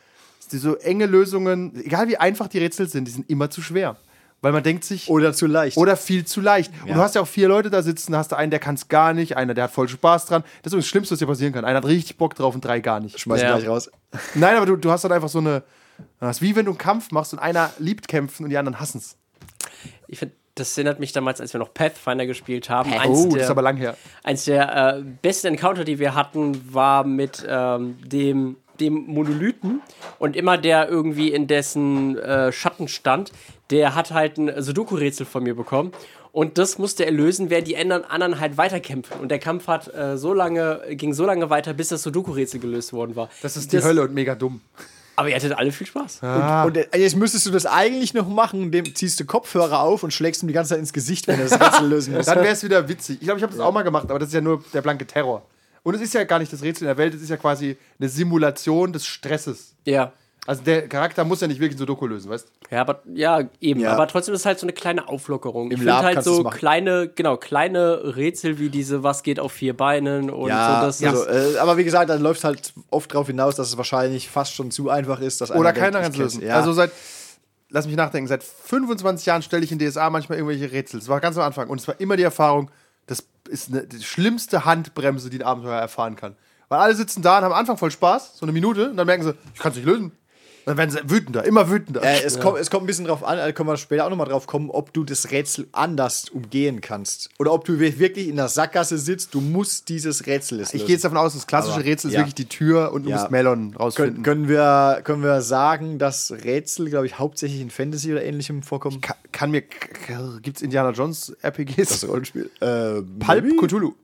die so enge Lösungen, egal wie einfach die Rätsel sind, die sind immer zu schwer. Weil man denkt sich,
Oder zu leicht.
oder viel zu leicht. Und du hast ja auch vier Leute da sitzen, hast du einen, der kann es gar nicht, einer, der hat voll Spaß dran. Das ist übrigens das Schlimmste, was dir passieren kann. Einer hat richtig Bock drauf und drei gar nicht.
Schmeiß ihn
Ja.
gleich raus.
Nein, aber du, du hast dann einfach so eine. Das ist wie wenn du einen Kampf machst und einer liebt kämpfen und die anderen hassen es.
Ich finde, das erinnert mich damals, als wir noch Pathfinder gespielt haben. Eins
Oh, das
der-
ist aber lang her.
Eins der äh, besten Encounter, die wir hatten, war mit ähm, dem, dem Monolithen. Und immer der irgendwie in dessen äh, Schatten stand, der hat halt ein Sudoku-Rätsel von mir bekommen. Und das musste er lösen, während die anderen- anderen halt weiterkämpfen. Und der Kampf hat äh, so lange, ging so lange weiter, bis das Sudoku-Rätsel gelöst worden war.
Das ist die Hölle und mega dumm.
Aber ihr hattet alle viel Spaß.
Ah.
Und, und jetzt müsstest du das eigentlich noch machen, dem ziehst du Kopfhörer auf und schlägst ihm die ganze Zeit ins Gesicht, wenn er das Rätsel lösen muss.
Dann wäre es wieder witzig. Ich glaube, ich habe das auch mal gemacht, aber das ist ja nur der blanke Terror. Und es ist ja gar nicht das Rätsel in der Welt, es ist ja quasi eine Simulation des Stresses.
Ja.
Also der Charakter muss ja nicht wirklich Sudoku lösen, weißt du?
Ja, aber ja, eben.
Ja.
Aber trotzdem ist es halt so eine kleine Auflockerung. ich
Lab
finde halt
kannst du's
so
machen.
kleine, genau, kleine Rätsel wie diese, was geht auf vier Beinen und
Ja,
so das.
also,
das
äh, aber wie gesagt, dann läuft halt oft drauf hinaus, dass es wahrscheinlich fast schon zu einfach ist, dass
Oder
einer denkt,
keiner
ich
kann es
kenn's.
lösen.
Ja.
Also seit, lass mich nachdenken, seit 25 Jahren stelle ich in DSA manchmal irgendwelche Rätsel. Das war ganz am Anfang. Und es war immer die Erfahrung, das ist eine, die schlimmste Handbremse, die ein Abenteuer erfahren kann. Weil alle sitzen da und haben am Anfang voll Spaß, so eine Minute, und dann merken sie, ich kann es nicht lösen. Und dann werden sie wütender, immer wütender.
Äh, es, kommt, es kommt ein bisschen drauf an, da können wir später auch nochmal drauf kommen, ob du das Rätsel anders umgehen kannst. Oder ob du wir- wirklich in der Sackgasse sitzt, du musst dieses Rätsel jetzt
ich
lösen.
gehe jetzt davon aus, das klassische
Aber,
Rätsel ist
ja.
wirklich die Tür und du
Ja.
musst Melon
können,
rausfinden.
können, wir, können wir sagen, dass Rätsel, glaube ich, hauptsächlich in Fantasy oder ähnlichem vorkommen?
Ka- kann mir. Gibt es Indiana Jones RPGs?
Das Rollenspiel. Äh,
Pulp
maybe?
Cthulhu.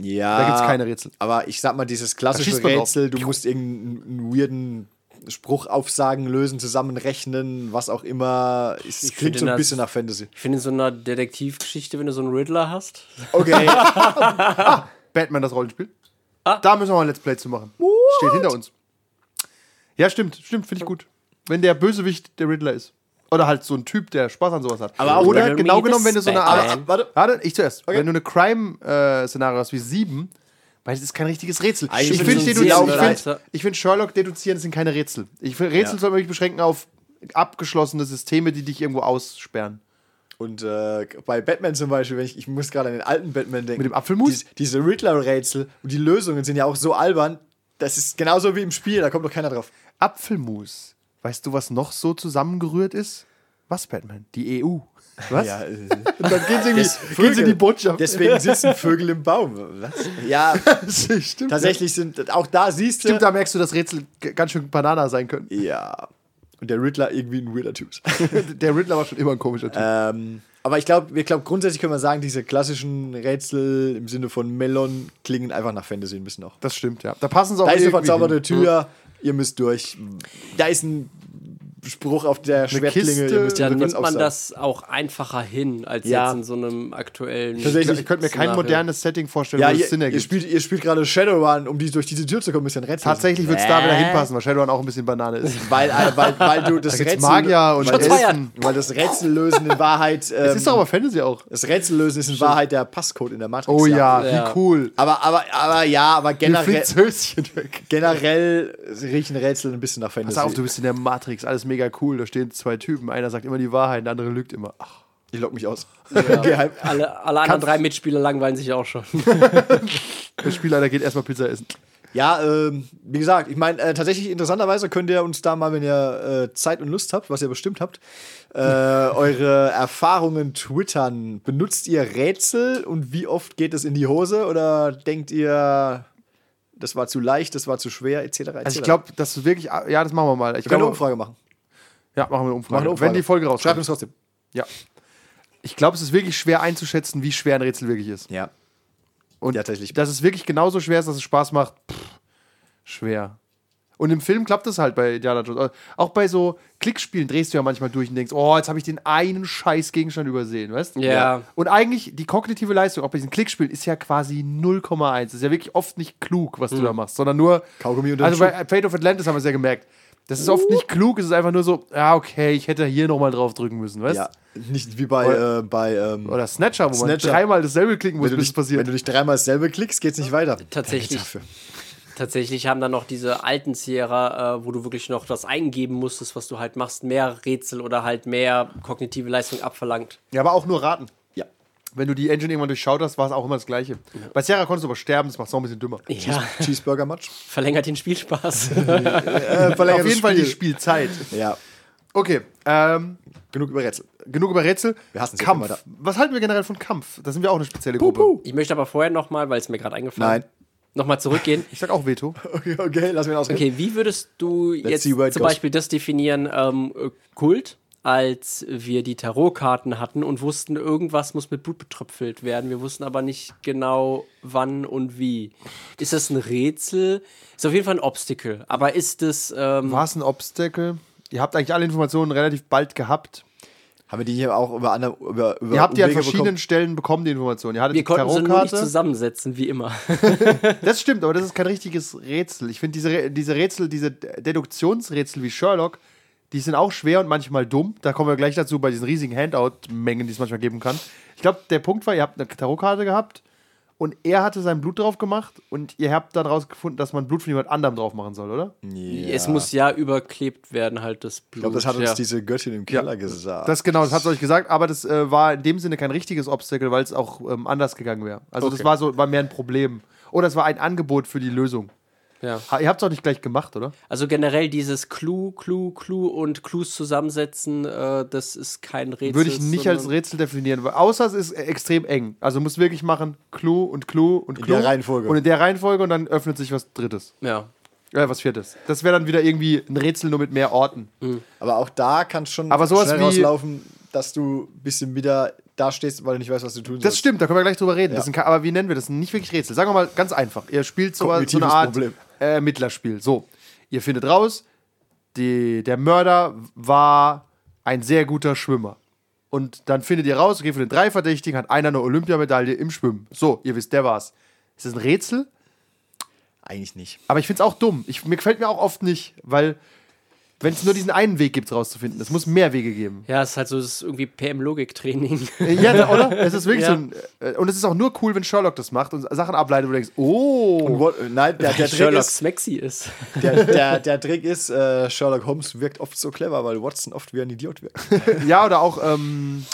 Ja.
Da gibt's keine Rätsel.
Aber ich sag mal, dieses
Da
klassische
schießt man drauf.
Rätsel, du musst irgendeinen weirden Spruch aufsagen, lösen, zusammenrechnen, was auch immer. Es klingt
finde
so ein
das-
bisschen nach Fantasy.
ich finde, in so einer Detektivgeschichte, wenn du so einen Riddler hast.
Okay.
Batman das Rollenspiel. Da müssen wir mal ein Let's Play zu machen. Steht hinter uns. Ja, stimmt, stimmt, finde ich gut. Wenn der Bösewicht der Riddler ist. Oder halt so ein Typ, der Spaß an sowas hat.
Aber auch
Oder
Riddle
genau
me
genommen,
this,
wenn du so eine
Batman.
Art. Warte, warte, ich zuerst. Wenn du eine Crime-Szenario hast wie sieben, weil das ist kein richtiges Rätsel. ich
Eigentlich ist
finde
es ein
dedu- ich
Serienmörder.
find, ich find Sherlock deduzieren sind keine Rätsel. Ich finde, Rätsel
Ja.
soll man mich beschränken auf abgeschlossene Systeme, die dich irgendwo aussperren.
Und äh, bei Batman zum Beispiel, wenn ich, ich muss gerade an den alten Batman denken.
Mit dem Apfelmus?
Dies, diese Riddler-Rätsel und die Lösungen sind ja auch so albern, das ist genauso wie im Spiel, da kommt doch keiner drauf.
Apfelmus. Weißt du, was noch so zusammengerührt ist? Was, Batman? Die EU. Was?
Ja, äh,
Und dann gehen sie, irgendwie, gehen sie in die Botschaft.
Deswegen sitzen Vögel im Baum. Was? Ja,
Stimmt.
tatsächlich sind, auch da siehst du.
Stimmt, da merkst du, dass Rätsel g- ganz schön Banana sein können.
Ja. Und der Riddler irgendwie ein weirder Typ.
Der Riddler war schon immer ein komischer Typ.
ähm, aber ich glaube, wir glaub, grundsätzlich können wir sagen, diese klassischen Rätsel im Sinne von Melon klingen einfach nach Fantasy ein bisschen auch.
das stimmt, ja. Da passen sie auch
Da ist eine
Hm. irgendwie hin.
verzauberte Tür, ihr müsst durch. Da ist ein Spruch auf der Schwertlinge.
Kiste,
ihr müsst die
Dann
rückwärts
nimmt man
aufsagen.
das auch einfacher hin, als
Ja.
jetzt in so einem aktuellen.
Tatsächlich,
Ich könnte mir kein
Szenario.
modernes Setting vorstellen,
Ja,
wo das Sinn
ihr, ihr,
ergibt.
spielt, ihr spielt gerade Shadowrun, um die durch diese Tür zu kommen, ist ja ein Rätsel.
Tatsächlich würde es da
Äh.
wieder hinpassen, weil Shadowrun auch ein bisschen Banane ist.
Weil, äh, weil, weil du das
gibt's
Rätsel.
Magier und
weil,
Elfen.
weil das Rätsel lösen in Wahrheit. Ähm,
Es ist doch aber Fantasy auch.
das Rätsel lösen ist in Wahrheit der Passcode in der Matrix.
Oh ja,
Ja.
wie cool.
Aber, aber, aber ja, aber
Mir
generell,
fliegt's Höschen weg.
generell riechen Rätsel ein bisschen nach Fantasy.
Pass auf, du bist in der Matrix, alles mega cool. Da stehen zwei Typen. Einer sagt immer die Wahrheit, der andere lügt immer. Ach,
ich lock mich aus. Geh heim.
Alle, alle anderen drei Mitspieler langweilen sich auch schon.
der Spielleiter geht erstmal Pizza essen.
Ja, ähm, wie gesagt, ich meine, äh, tatsächlich interessanterweise könnt ihr uns da mal, wenn ihr äh, Zeit und Lust habt, was ihr bestimmt habt, äh, eure Erfahrungen twittern. Benutzt ihr Rätsel und wie oft geht es in die Hose oder denkt ihr, das war zu leicht, das war zu schwer, etc.? etc.?
Also ich genau. glaube, dass du wirklich. ah, Ja, das machen wir mal. Ich
wir können eine
glaube,
Umfrage machen.
ja, machen wir eine Umfrage.
Machen eine Umfrage.
Wenn die Folge
Schreibt
rauskommt.
uns trotzdem.
Ja. Ich glaube, es ist wirklich schwer einzuschätzen, wie schwer ein Rätsel wirklich ist.
Ja.
Und
Ja, tatsächlich.
dass es wirklich genauso schwer ist, dass es Spaß macht, pff, schwer. Und im Film klappt es halt bei Indiana Jones. Auch bei so Klickspielen drehst du ja manchmal durch und denkst, oh, jetzt habe ich den einen scheiß Gegenstand übersehen, weißt du?
Ja.
Und eigentlich die kognitive Leistung, auch bei diesen Klickspielen, ist ja quasi 0,1. Ist ja wirklich oft nicht klug, was du da machst, sondern nur.
Mhm. Kaugummi unter den
Also bei Fate of Atlantis haben wir es ja gemerkt. Das ist oft nicht klug, es ist einfach nur so, ja, okay, ich hätte hier nochmal drauf drücken müssen, weißt du?
Ja. Nicht wie bei, äh, bei ähm,
Oder Snatcher, wo
Snatcher.
man dreimal dasselbe klicken muss,
wenn, du
bis es
dich, wenn
passiert.
du dich dreimal dasselbe klickst, geht's nicht weiter.
Tatsächlich.
Dafür.
Tatsächlich haben dann noch diese alten Sierra, äh, wo du wirklich noch was eingeben musstest, was du halt machst, mehr Rätsel oder halt mehr kognitive Leistung abverlangt.
Ja, aber auch nur raten.
Ja.
Wenn du die Engine irgendwann durchschaut hast, war es auch immer das Gleiche. Bei Sierra konntest du aber sterben, das macht es noch ein bisschen dümmer.
Ja,
Cheeseburger-Match.
verlängert den Spielspaß.
Äh,
Auf jeden Fall die Spielzeit.
Ja.
Okay, ähm,
Genug über Rätsel.
genug über Rätsel.
Wir hassen's jetzt
Kampf.
immer da.
Was halten wir generell von Kampf? Da sind wir auch eine spezielle Gruppe.
Ich möchte aber vorher nochmal, weil es mir gerade eingefallen
Nein.
nochmal zurückgehen.
Ich sag auch Veto.
Ah, Okay, okay, lass mich ausreden.
Okay, wie würdest du jetzt
see
zum
where it goes.
Beispiel das definieren, ähm, äh, Kult, als wir die Tarotkarten hatten und wussten, irgendwas muss mit Blut betröpfelt werden. Wir wussten aber nicht genau, wann und wie. Ist das ein Rätsel? Ist auf jeden Fall ein Obstacle. Aber ist es ähm,
War es ein Obstacle? Ihr habt eigentlich alle Informationen relativ bald gehabt.
Haben wir die hier auch über andere über, über
Ihr habt die an
Umwege
verschiedenen
bekommen?
Stellen bekommen, die Informationen. Ihr hattet
wir
die
konnten sie nur nicht
Tarotkarte.
zusammensetzen, wie immer.
Das stimmt, aber das ist kein richtiges Rätsel. Ich finde diese, Re- diese Rätsel, diese De- Deduktionsrätsel wie Sherlock, die sind auch schwer und manchmal dumm. Da kommen wir gleich dazu bei diesen riesigen Handout-Mengen, die es manchmal geben kann. Ich glaube, der Punkt war, ihr habt eine Tarotkarte gehabt und er hatte sein Blut drauf gemacht und ihr habt dann rausgefunden, dass man Blut von jemand anderem drauf machen soll, oder?
Es muss ja überklebt werden, halt das Blut.
Ich glaube, das hat uns
ja.
diese Göttin im Keller gesagt.
Das genau, das hat euch gesagt, aber das äh, war in dem Sinne kein richtiges Obstacle, weil es auch ähm, anders gegangen wäre. Also das
Okay.
war so war mehr ein Problem. Oder es war ein Angebot für die Lösung.
Ja.
Ha- Ihr habt es auch nicht gleich gemacht, oder?
Also generell dieses Clue, Clue, Clue und Clues zusammensetzen, äh, das ist kein Rätsel.
Würde ich nicht als
sondern-
Rätsel definieren, weil- außer es ist äh, extrem eng. Also muss wirklich machen Clou und Clou und Clou.
der Reihenfolge.
Und in der Reihenfolge und dann öffnet sich was Drittes.
Ja.
Äh, was Viertes. Das wäre dann wieder irgendwie ein Rätsel nur mit mehr Orten.
Aber auch da kann es schon
Aber sowas
schnell
wie-
rauslaufen, dass du ein bisschen wieder dastehst, weil du nicht weißt, was du tun
Das
sollst.
stimmt, da können wir gleich drüber reden.
Ja.
Das sind, ke- aber wie nennen wir das? Nicht wirklich Rätsel. Sagen wir mal ganz einfach. Ihr spielt so, so eine
Kognitives
Art
Problem.
äh, Ermittlerspiel. So, ihr findet raus, die, der Mörder war ein sehr guter Schwimmer. Und dann findet ihr raus, okay, von den drei Verdächtigen hat einer eine Olympiamedaille im Schwimmen. So, ihr wisst, der war's. Ist das ein Rätsel?
Eigentlich nicht.
Aber ich find's auch dumm. Ich, mir gefällt mir auch oft nicht, weil wenn es nur diesen einen Weg gibt, rauszufinden, es muss mehr Wege geben.
Ja, es ist halt so, es ist irgendwie PM-Logik-Training.
ja, oder? Es ist wirklich
Ja.
so ein, äh, Und es ist auch nur cool, wenn Sherlock das macht und Sachen ableitet, wo du denkst, oh.
What, nein, der, der, Trick
Sherlock
ist,
Smexy ist.
der, der, der Trick ist, äh, Sherlock Holmes wirkt oft so clever, weil Watson oft wie ein Idiot wirkt.
Ja, oder auch ähm,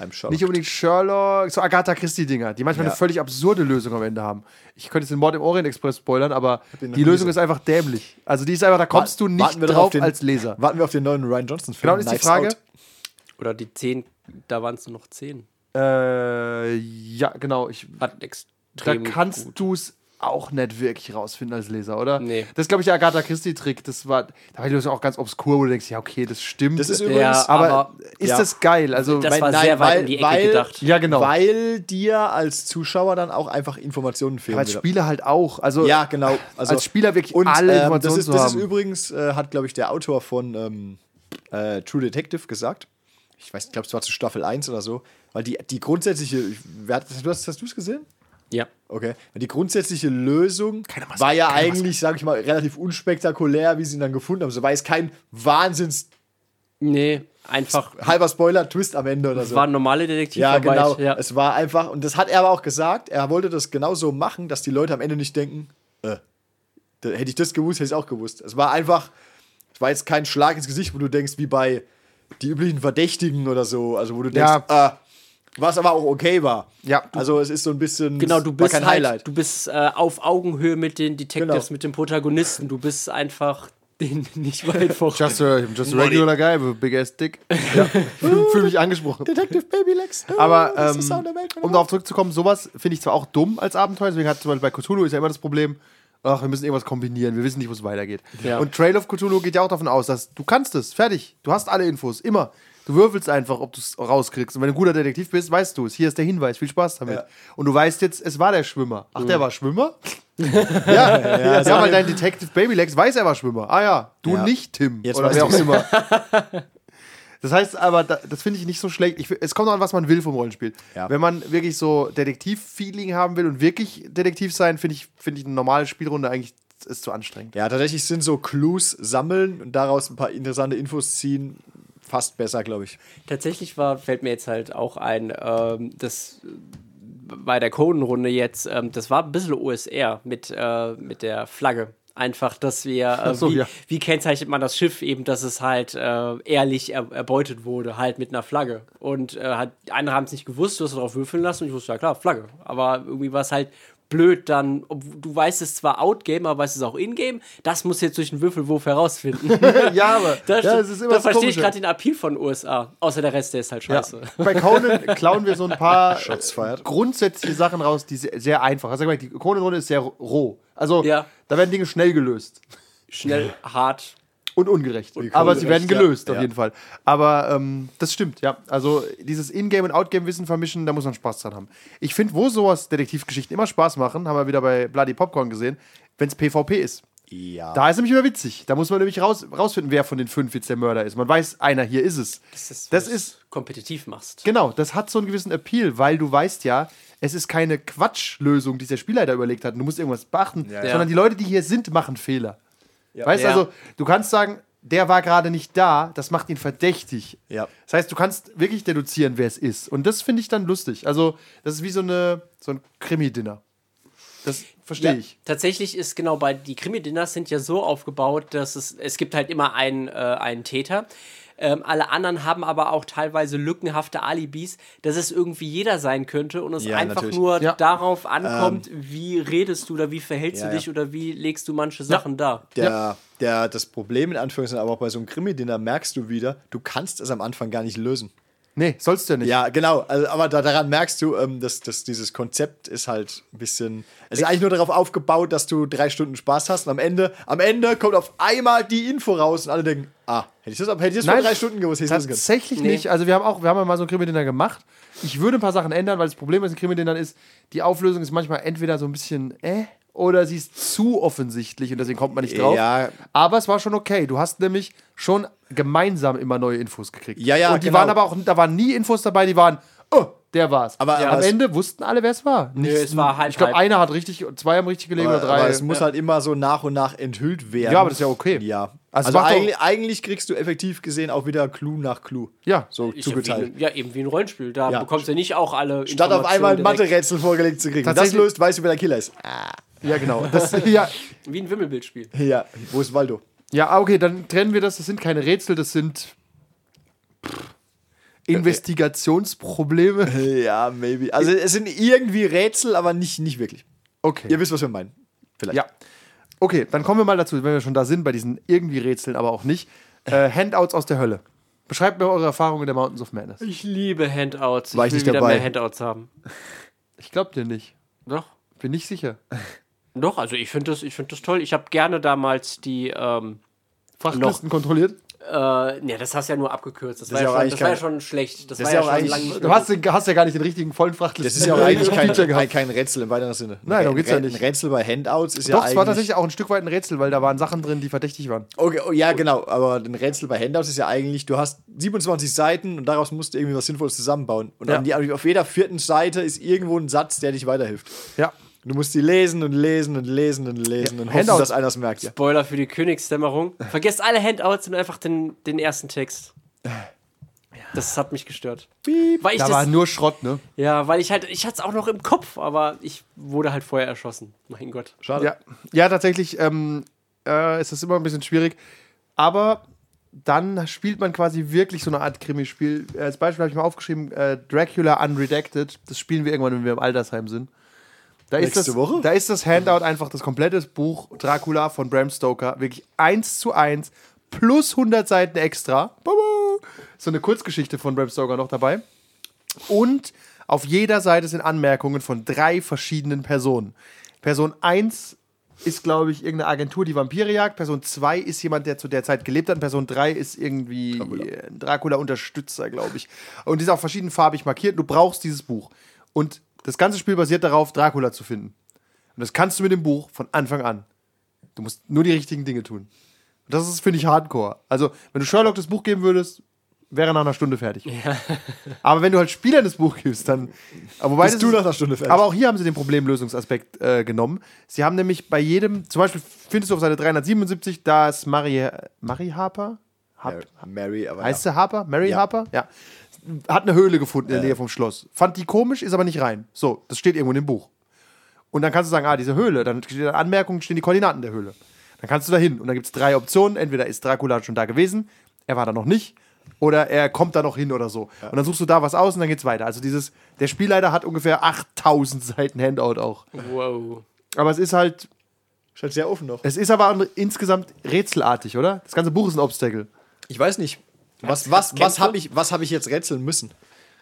Einem Sherlock.
nicht unbedingt Sherlock, so Agatha Christie-Dinger, die manchmal
Ja.
eine völlig absurde Lösung am Ende haben. Ich könnte jetzt den Mord im Orient Express spoilern, aber
den noch
die
nie
Lösung
gesehen.
ist einfach dämlich. Also die ist einfach, da kommst du nicht
Warten wir doch
drauf
auf den-
als Leser.
Warten wir auf den neuen Ryan Johnson-Film.
Genau, das ist die
Knives
Frage.
Out.
Oder die 10, da waren es nur noch 10.
Äh, ja, genau. Ich,
Hat
da
extrem.
kannst
gut.
du es auch nicht wirklich rausfinden als Leser, oder?
Nee.
Das ist, glaube ich, der Agatha Christie-Trick. Das war, da war die Lösung auch ganz obskur, wo du denkst, ja, okay, das stimmt.
Das ist übrigens-
Ja,
aber,
aber,
ist
ja.
das geil? Also,
Das
mein-
war sehr weit um die Ecke gedacht.
Ja, genau.
Weil dir als Zuschauer dann auch einfach Informationen fehlen.
als
wieder.
Spieler halt auch. Also,
Ja, genau. Also,
als Spieler wirklich
und,
alle
ähm, das
Informationen
ist,
zu
das ist
haben.
übrigens, äh, hat, glaube ich, der Autor von ähm, äh, True Detective gesagt. Ich weiß, ich glaube, es war zu Staffel 1 oder so. Weil die, die grundsätzliche, ich- wer hat, hast, hast du es gesehen?
Ja.
Okay. Weil Die grundsätzliche Lösung war ja eigentlich, sage ich mal, relativ unspektakulär, wie sie ihn dann gefunden haben. So war es kein Wahnsinns
Nee, einfach.
halber Spoiler Twist am Ende oder so.
War normale
ja,
Detektivarbeit.
genau.
Ja.
Es war einfach und das hat er aber auch gesagt, er wollte das genau so machen, dass die Leute am Ende nicht denken, äh, da, hätte ich das gewusst, hätte ich auch gewusst. Es war einfach es war jetzt kein Schlag ins Gesicht, wo du denkst, wie bei die üblichen Verdächtigen oder so, also wo du denkst, äh, was aber auch okay war.
Ja.
Also es ist so ein bisschen
Genau, du bist
war kein
halt,
Highlight.
du bist äh, auf Augenhöhe mit den Detectives,
Genau.
mit den Protagonisten. Du bist einfach den nicht weit vor.
Just a, I'm just a regular guy with a big ass dick. Ja. Fühle mich angesprochen.
Detective Baby Lex. Oh,
Aber
das
ähm,
ist der Sound der Welt, genau. meine
um darauf zurückzukommen, sowas finde ich zwar auch dumm als Abenteuer, deswegen hat zum Beispiel bei Cthulhu ist ja immer das Problem, ach, wir müssen irgendwas kombinieren, wir wissen nicht, wo es weitergeht.
Ja.
Und Trail of Cthulhu geht ja auch davon aus, dass du kannst es, fertig, du hast alle Infos, immer. Du würfelst einfach, ob du es rauskriegst. Und wenn du ein guter Detektiv bist, weißt du es. Hier ist der Hinweis, viel Spaß damit. Und du weißt jetzt, es war der Schwimmer.
Mhm.
Ach, der war Schwimmer? ja, ja, ja, weil dein Detective Babylex weiß, er war Schwimmer. Ah ja, du
Ja.
nicht, Tim.
Jetzt
oder
weiß
wer auch
ich's.
immer. Das heißt aber, da, das finde ich nicht so schlecht. Ich, fi- es kommt noch an, was man will vom Rollenspiel.
Ja.
Wenn man wirklich so Detektiv-Feeling haben will und wirklich Detektiv sein, finde ich, finde ich eine normale Spielrunde eigentlich ist zu anstrengend.
Ja, tatsächlich sind so Clues sammeln und daraus ein paar interessante Infos ziehen fast besser, glaube ich.
Tatsächlich war, fällt mir jetzt halt auch ein, ähm, das äh, bei der Coden-Runde jetzt, ähm, das war ein bisschen OSR mit, äh, mit der Flagge. Einfach, dass wir, äh,
so,
wie,
ja.
wie kennzeichnet man das Schiff eben, dass es halt äh, ehrlich er, erbeutet wurde, halt mit einer Flagge. Und äh, hat, andere haben es nicht gewusst, du hast darauf würfeln lassen und ich wusste, ja klar, Flagge. Aber irgendwie war es halt blöd dann, ob, du weißt es zwar Outgame, aber weißt es auch Ingame, das musst du jetzt durch den Würfelwurf herausfinden.
ja, aber
Das,
ja,
ja,
es ist immer
da
das
verstehe ich
Komische.
gerade den Appeal von USA. Außer der Rest, der ist halt scheiße.
Ja. Bei Conan klauen wir so ein paar
Shots
äh,
fired.
grundsätzliche Sachen raus, die sehr, sehr einfach. Also, sag mal, die Conan-Runde ist sehr roh. Also
Ja.
da werden Dinge schnell gelöst.
Schnell, hart.
Und ungerecht. aber sie werden
ungerecht, ja.
gelöst, auf
Ja.
jeden Fall. Aber ähm, das stimmt, ja. Also dieses Ingame- und Outgame-Wissen vermischen, da muss man Spaß dran haben. Ich finde, wo sowas Detektivgeschichten immer Spaß machen, haben wir wieder bei Bloody Popcorn gesehen, wenn es PvP ist.
Ja.
Da ist nämlich immer witzig. Da muss man nämlich raus, rausfinden, wer von den fünf jetzt der Mörder ist. Man weiß, einer hier ist es. das
wenn du's
ist
kompetitiv machst.
Genau, das hat so einen gewissen Appeal, weil du weißt ja, es ist keine Quatschlösung, die sich der Spielleiter überlegt hat. und Du musst irgendwas beachten,
ja.
sondern die Leute, die hier sind, machen Fehler. Weißt
Ja.
also, du kannst sagen, der war gerade nicht da, das macht ihn verdächtig.
Ja.
Das heißt, du kannst wirklich deduzieren, wer es ist. Und das finde ich dann lustig. Also, das ist wie so, eine, so ein Krimi-Dinner. Das verstehe
Ja,
ich.
Tatsächlich ist genau bei die Krimi-Dinners sind ja so aufgebaut, dass es es gibt halt immer einen, äh, einen Täter. Ähm, alle anderen haben aber auch teilweise lückenhafte Alibis, dass es irgendwie jeder sein könnte und es
Ja,
einfach
natürlich.
nur
Ja. Ähm.
darauf ankommt, wie redest du oder wie verhältst
Ja,
du dich
ja.
oder wie legst du manche Sachen dar.
der, der, das Problem in Anführungszeichen, aber auch bei so einem Krimi-Dinner merkst du wieder, du kannst es am Anfang gar nicht lösen.
Nee, sollst du ja nicht.
Ja, genau. Also, aber da, daran merkst du, ähm, dass, dass dieses Konzept ist halt ein bisschen. Es ist eigentlich nur darauf aufgebaut, dass du drei Stunden Spaß hast und am Ende, am Ende kommt auf einmal die Info raus und alle denken, ah, hätte ich das, ab- hätte ich das vor drei Stunden gewusst, hätte ich das gewusst.
Tatsächlich nicht. Also wir haben auch, wir haben ja mal so einen Krimi-Dinner gemacht. Ich würde ein paar Sachen ändern, weil das Problem ist, in Krimi-Dinnern ist, die Auflösung ist manchmal entweder so ein bisschen äh oder sie ist zu offensichtlich und deswegen kommt man nicht drauf.
Ja.
Aber es war schon okay. Du hast nämlich schon gemeinsam immer neue Infos gekriegt.
Ja, ja,
Und die
genau.
waren aber auch, da waren nie Infos dabei, die waren, oh, der war's.
Aber-
ja,
aber
am
es-
Ende wussten alle, wer es war. Nicht,
es war halb,
ich glaube,
halb.
einer hat richtig, zwei haben richtig gelegen oder
Aber,
drei.
aber es muss halt immer so nach und nach enthüllt werden.
Ja, aber das ist ja okay.
Ja.
Also
Also,
macht doch-
eigentlich, eigentlich kriegst du effektiv gesehen auch wieder Clou nach Clou.
Ja.
So
Ist ja
zugeteilt.
wie- Ja, eben wie ein Rollenspiel. Da
Ja.
bekommst du nicht auch alle.
Statt auf einmal ein
Informationen direkt.
Mathe-Rätsel vorgelegt zu kriegen. Wenn Das
Tatsächlich-
löst, weißt du, wer der Killer ist.
ja, genau. Das, ja,
Wie ein Wimmelbildspiel.
Ja. Wo ist Waldo?
Ja, ah, okay, dann trennen wir das. Das sind keine Rätsel, das sind pff, Investigationsprobleme.
Ja, maybe. Also es sind irgendwie Rätsel, aber nicht, nicht wirklich.
Okay.
Ihr wisst, was wir meinen. Vielleicht.
Ja. Okay, dann kommen wir mal dazu, wenn wir schon da sind, bei diesen irgendwie Rätseln, aber auch nicht. Äh, Handouts aus der Hölle. Beschreibt mir eure Erfahrungen in der Mountains of Madness.
Ich liebe Handouts.
War ich
will
nicht
wieder
dabei.
mehr Handouts haben.
Ich glaub dir nicht.
Doch.
Bin nicht sicher.
Doch, also ich finde das, ich find das toll. Ich habe gerne damals die ähm,
Frachtlisten kontrolliert?
Äh, ja, das hast du ja nur abgekürzt. Das,
Das
war,
ist ja
ja
auch eigentlich
schon, das war
kein-
ja schon schlecht. Das,
das
war
ist ja
ja
auch
schon
eigentlich-
lang nicht
Du hast, den- hast ja gar nicht den richtigen vollen Frachtel.
Das ist ja auch eigentlich kein,
Feature gehabt.
kein, kein Rätsel in weiterer Sinne.
Nein, darum
Ein
geht's ja
Rä-
nicht.
Ein Rätsel bei Handouts ist ja
Doch,
eigentlich...
es war tatsächlich auch ein Stück weit ein Rätsel, weil da waren Sachen drin, die verdächtig waren.
Okay, oh, ja, genau, aber ein Rätsel bei Handouts ist ja eigentlich, du hast 27 Seiten und daraus musst du irgendwie was Sinnvolles zusammenbauen. Und
Ja.
an die, auf jeder vierten Seite ist irgendwo ein Satz, der dich weiterhilft.
Ja.
Und Du musst die lesen und lesen und lesen und lesen und hoffen,
Handouts-
dass einer es merkt. Ja.
Spoiler für die Königsdämmerung. Vergesst alle Handouts und einfach den, den ersten Text. Das hat mich gestört. Weil ich
Da
das,
war nur Schrott, ne?
ja, weil ich halt, ich hatte es auch noch im Kopf, aber ich wurde halt vorher erschossen. Mein Gott.
Schade.
Ja, ja tatsächlich ähm, äh, ist das immer ein bisschen schwierig. Aber dann spielt man quasi wirklich so eine Art Krimispiel. Als Beispiel habe ich mal aufgeschrieben: äh, Dracula Unredacted. Das spielen wir irgendwann, wenn wir im Altersheim sind. Da ist,
Nächste
das,
Woche?
da ist das Handout einfach das komplette Buch Dracula von Bram Stoker. Wirklich eins zu eins plus 100 Seiten extra. Bubu. So eine Kurzgeschichte von Bram Stoker noch dabei. Und auf jeder Seite sind Anmerkungen von drei verschiedenen Personen. Person 1 ist, glaube ich, irgendeine Agentur, die Vampire jagt. Person 2 ist jemand, der zu der Zeit gelebt hat. Und Person 3 ist irgendwie äh, ein Dracula-Unterstützer, glaube ich. Und die ist auch verschiedenfarbig markiert. Du brauchst dieses Buch. Und das ganze Spiel basiert darauf, Dracula zu finden. Und das kannst du mit dem Buch von Anfang an. Du musst nur die richtigen Dinge tun. Und das ist, finde ich, Hardcore. Also, wenn du Sherlock das Buch geben würdest, wäre nach einer Stunde fertig. Aber wenn du halt Spielern das Buch gibst, dann. Wobei
Bist
das
du
ist-
nach einer Stunde fertig.
Aber auch hier haben sie den Problemlösungsaspekt äh, genommen. Sie haben nämlich bei jedem, zum Beispiel findest du auf Seite 377, da ist Marie, Marie Harper? Hab,
Mary, aber
Heißt
ja.
sie Harper? Mary
Ja.
Harper? Ja. Hat eine Höhle gefunden in der Nähe vom Schloss. Fand die komisch, ist aber nicht rein. So, das steht irgendwo in dem Buch. Und dann kannst du sagen, ah, diese Höhle, dann steht in der Anmerkung, stehen die Koordinaten der Höhle. Dann kannst du da hin. Und dann gibt es drei Optionen. Entweder ist Dracula schon da gewesen, er war da noch nicht, oder er kommt da noch hin oder so. Und dann suchst du da was aus und dann geht's weiter. Also dieses, der Spielleiter hat ungefähr 8000 Seiten Handout auch.
Wow.
Aber es ist halt,
Ist halt sehr offen noch.
es ist aber an- insgesamt rätselartig, oder? Das ganze Buch ist ein Obstacle.
Ich weiß nicht. Was, was, was habe ich, was hab ich jetzt rätseln müssen?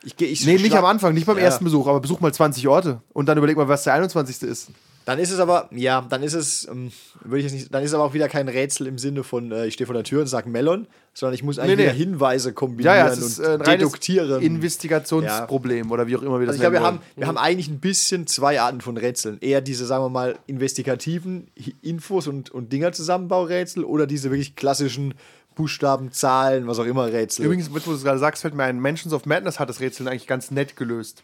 Ich, geh- ich
Nee, nicht
schlag-
am Anfang, nicht beim
Ja.
ersten Besuch, aber besuch mal 20 Orte und dann überleg mal, was der 21. ist.
Dann ist es aber, ja, dann ist es, ähm, würde ich jetzt nicht, dann ist es aber auch wieder kein Rätsel im Sinne von, äh, ich stehe vor der Tür und sage Melon, sondern ich muss eigentlich
Nee, nee.
wieder Hinweise kombinieren
Ja, ja, es ist äh, ein
und
reines
deduktieren.
Investigationsproblem oder wie auch immer wir das
also ich glaube, wir
nennen
haben,
wollen.
wir haben eigentlich ein bisschen zwei Arten von Rätseln. Eher diese, sagen wir mal, investigativen Hi- Infos und, und Dinger Zusammenbaurätsel oder diese wirklich klassischen Buchstaben, Zahlen, was auch immer Rätsel.
Übrigens, mit wo du es gerade sagst, fällt mir ein, Mansions of Madness hat das Rätseln eigentlich ganz nett gelöst.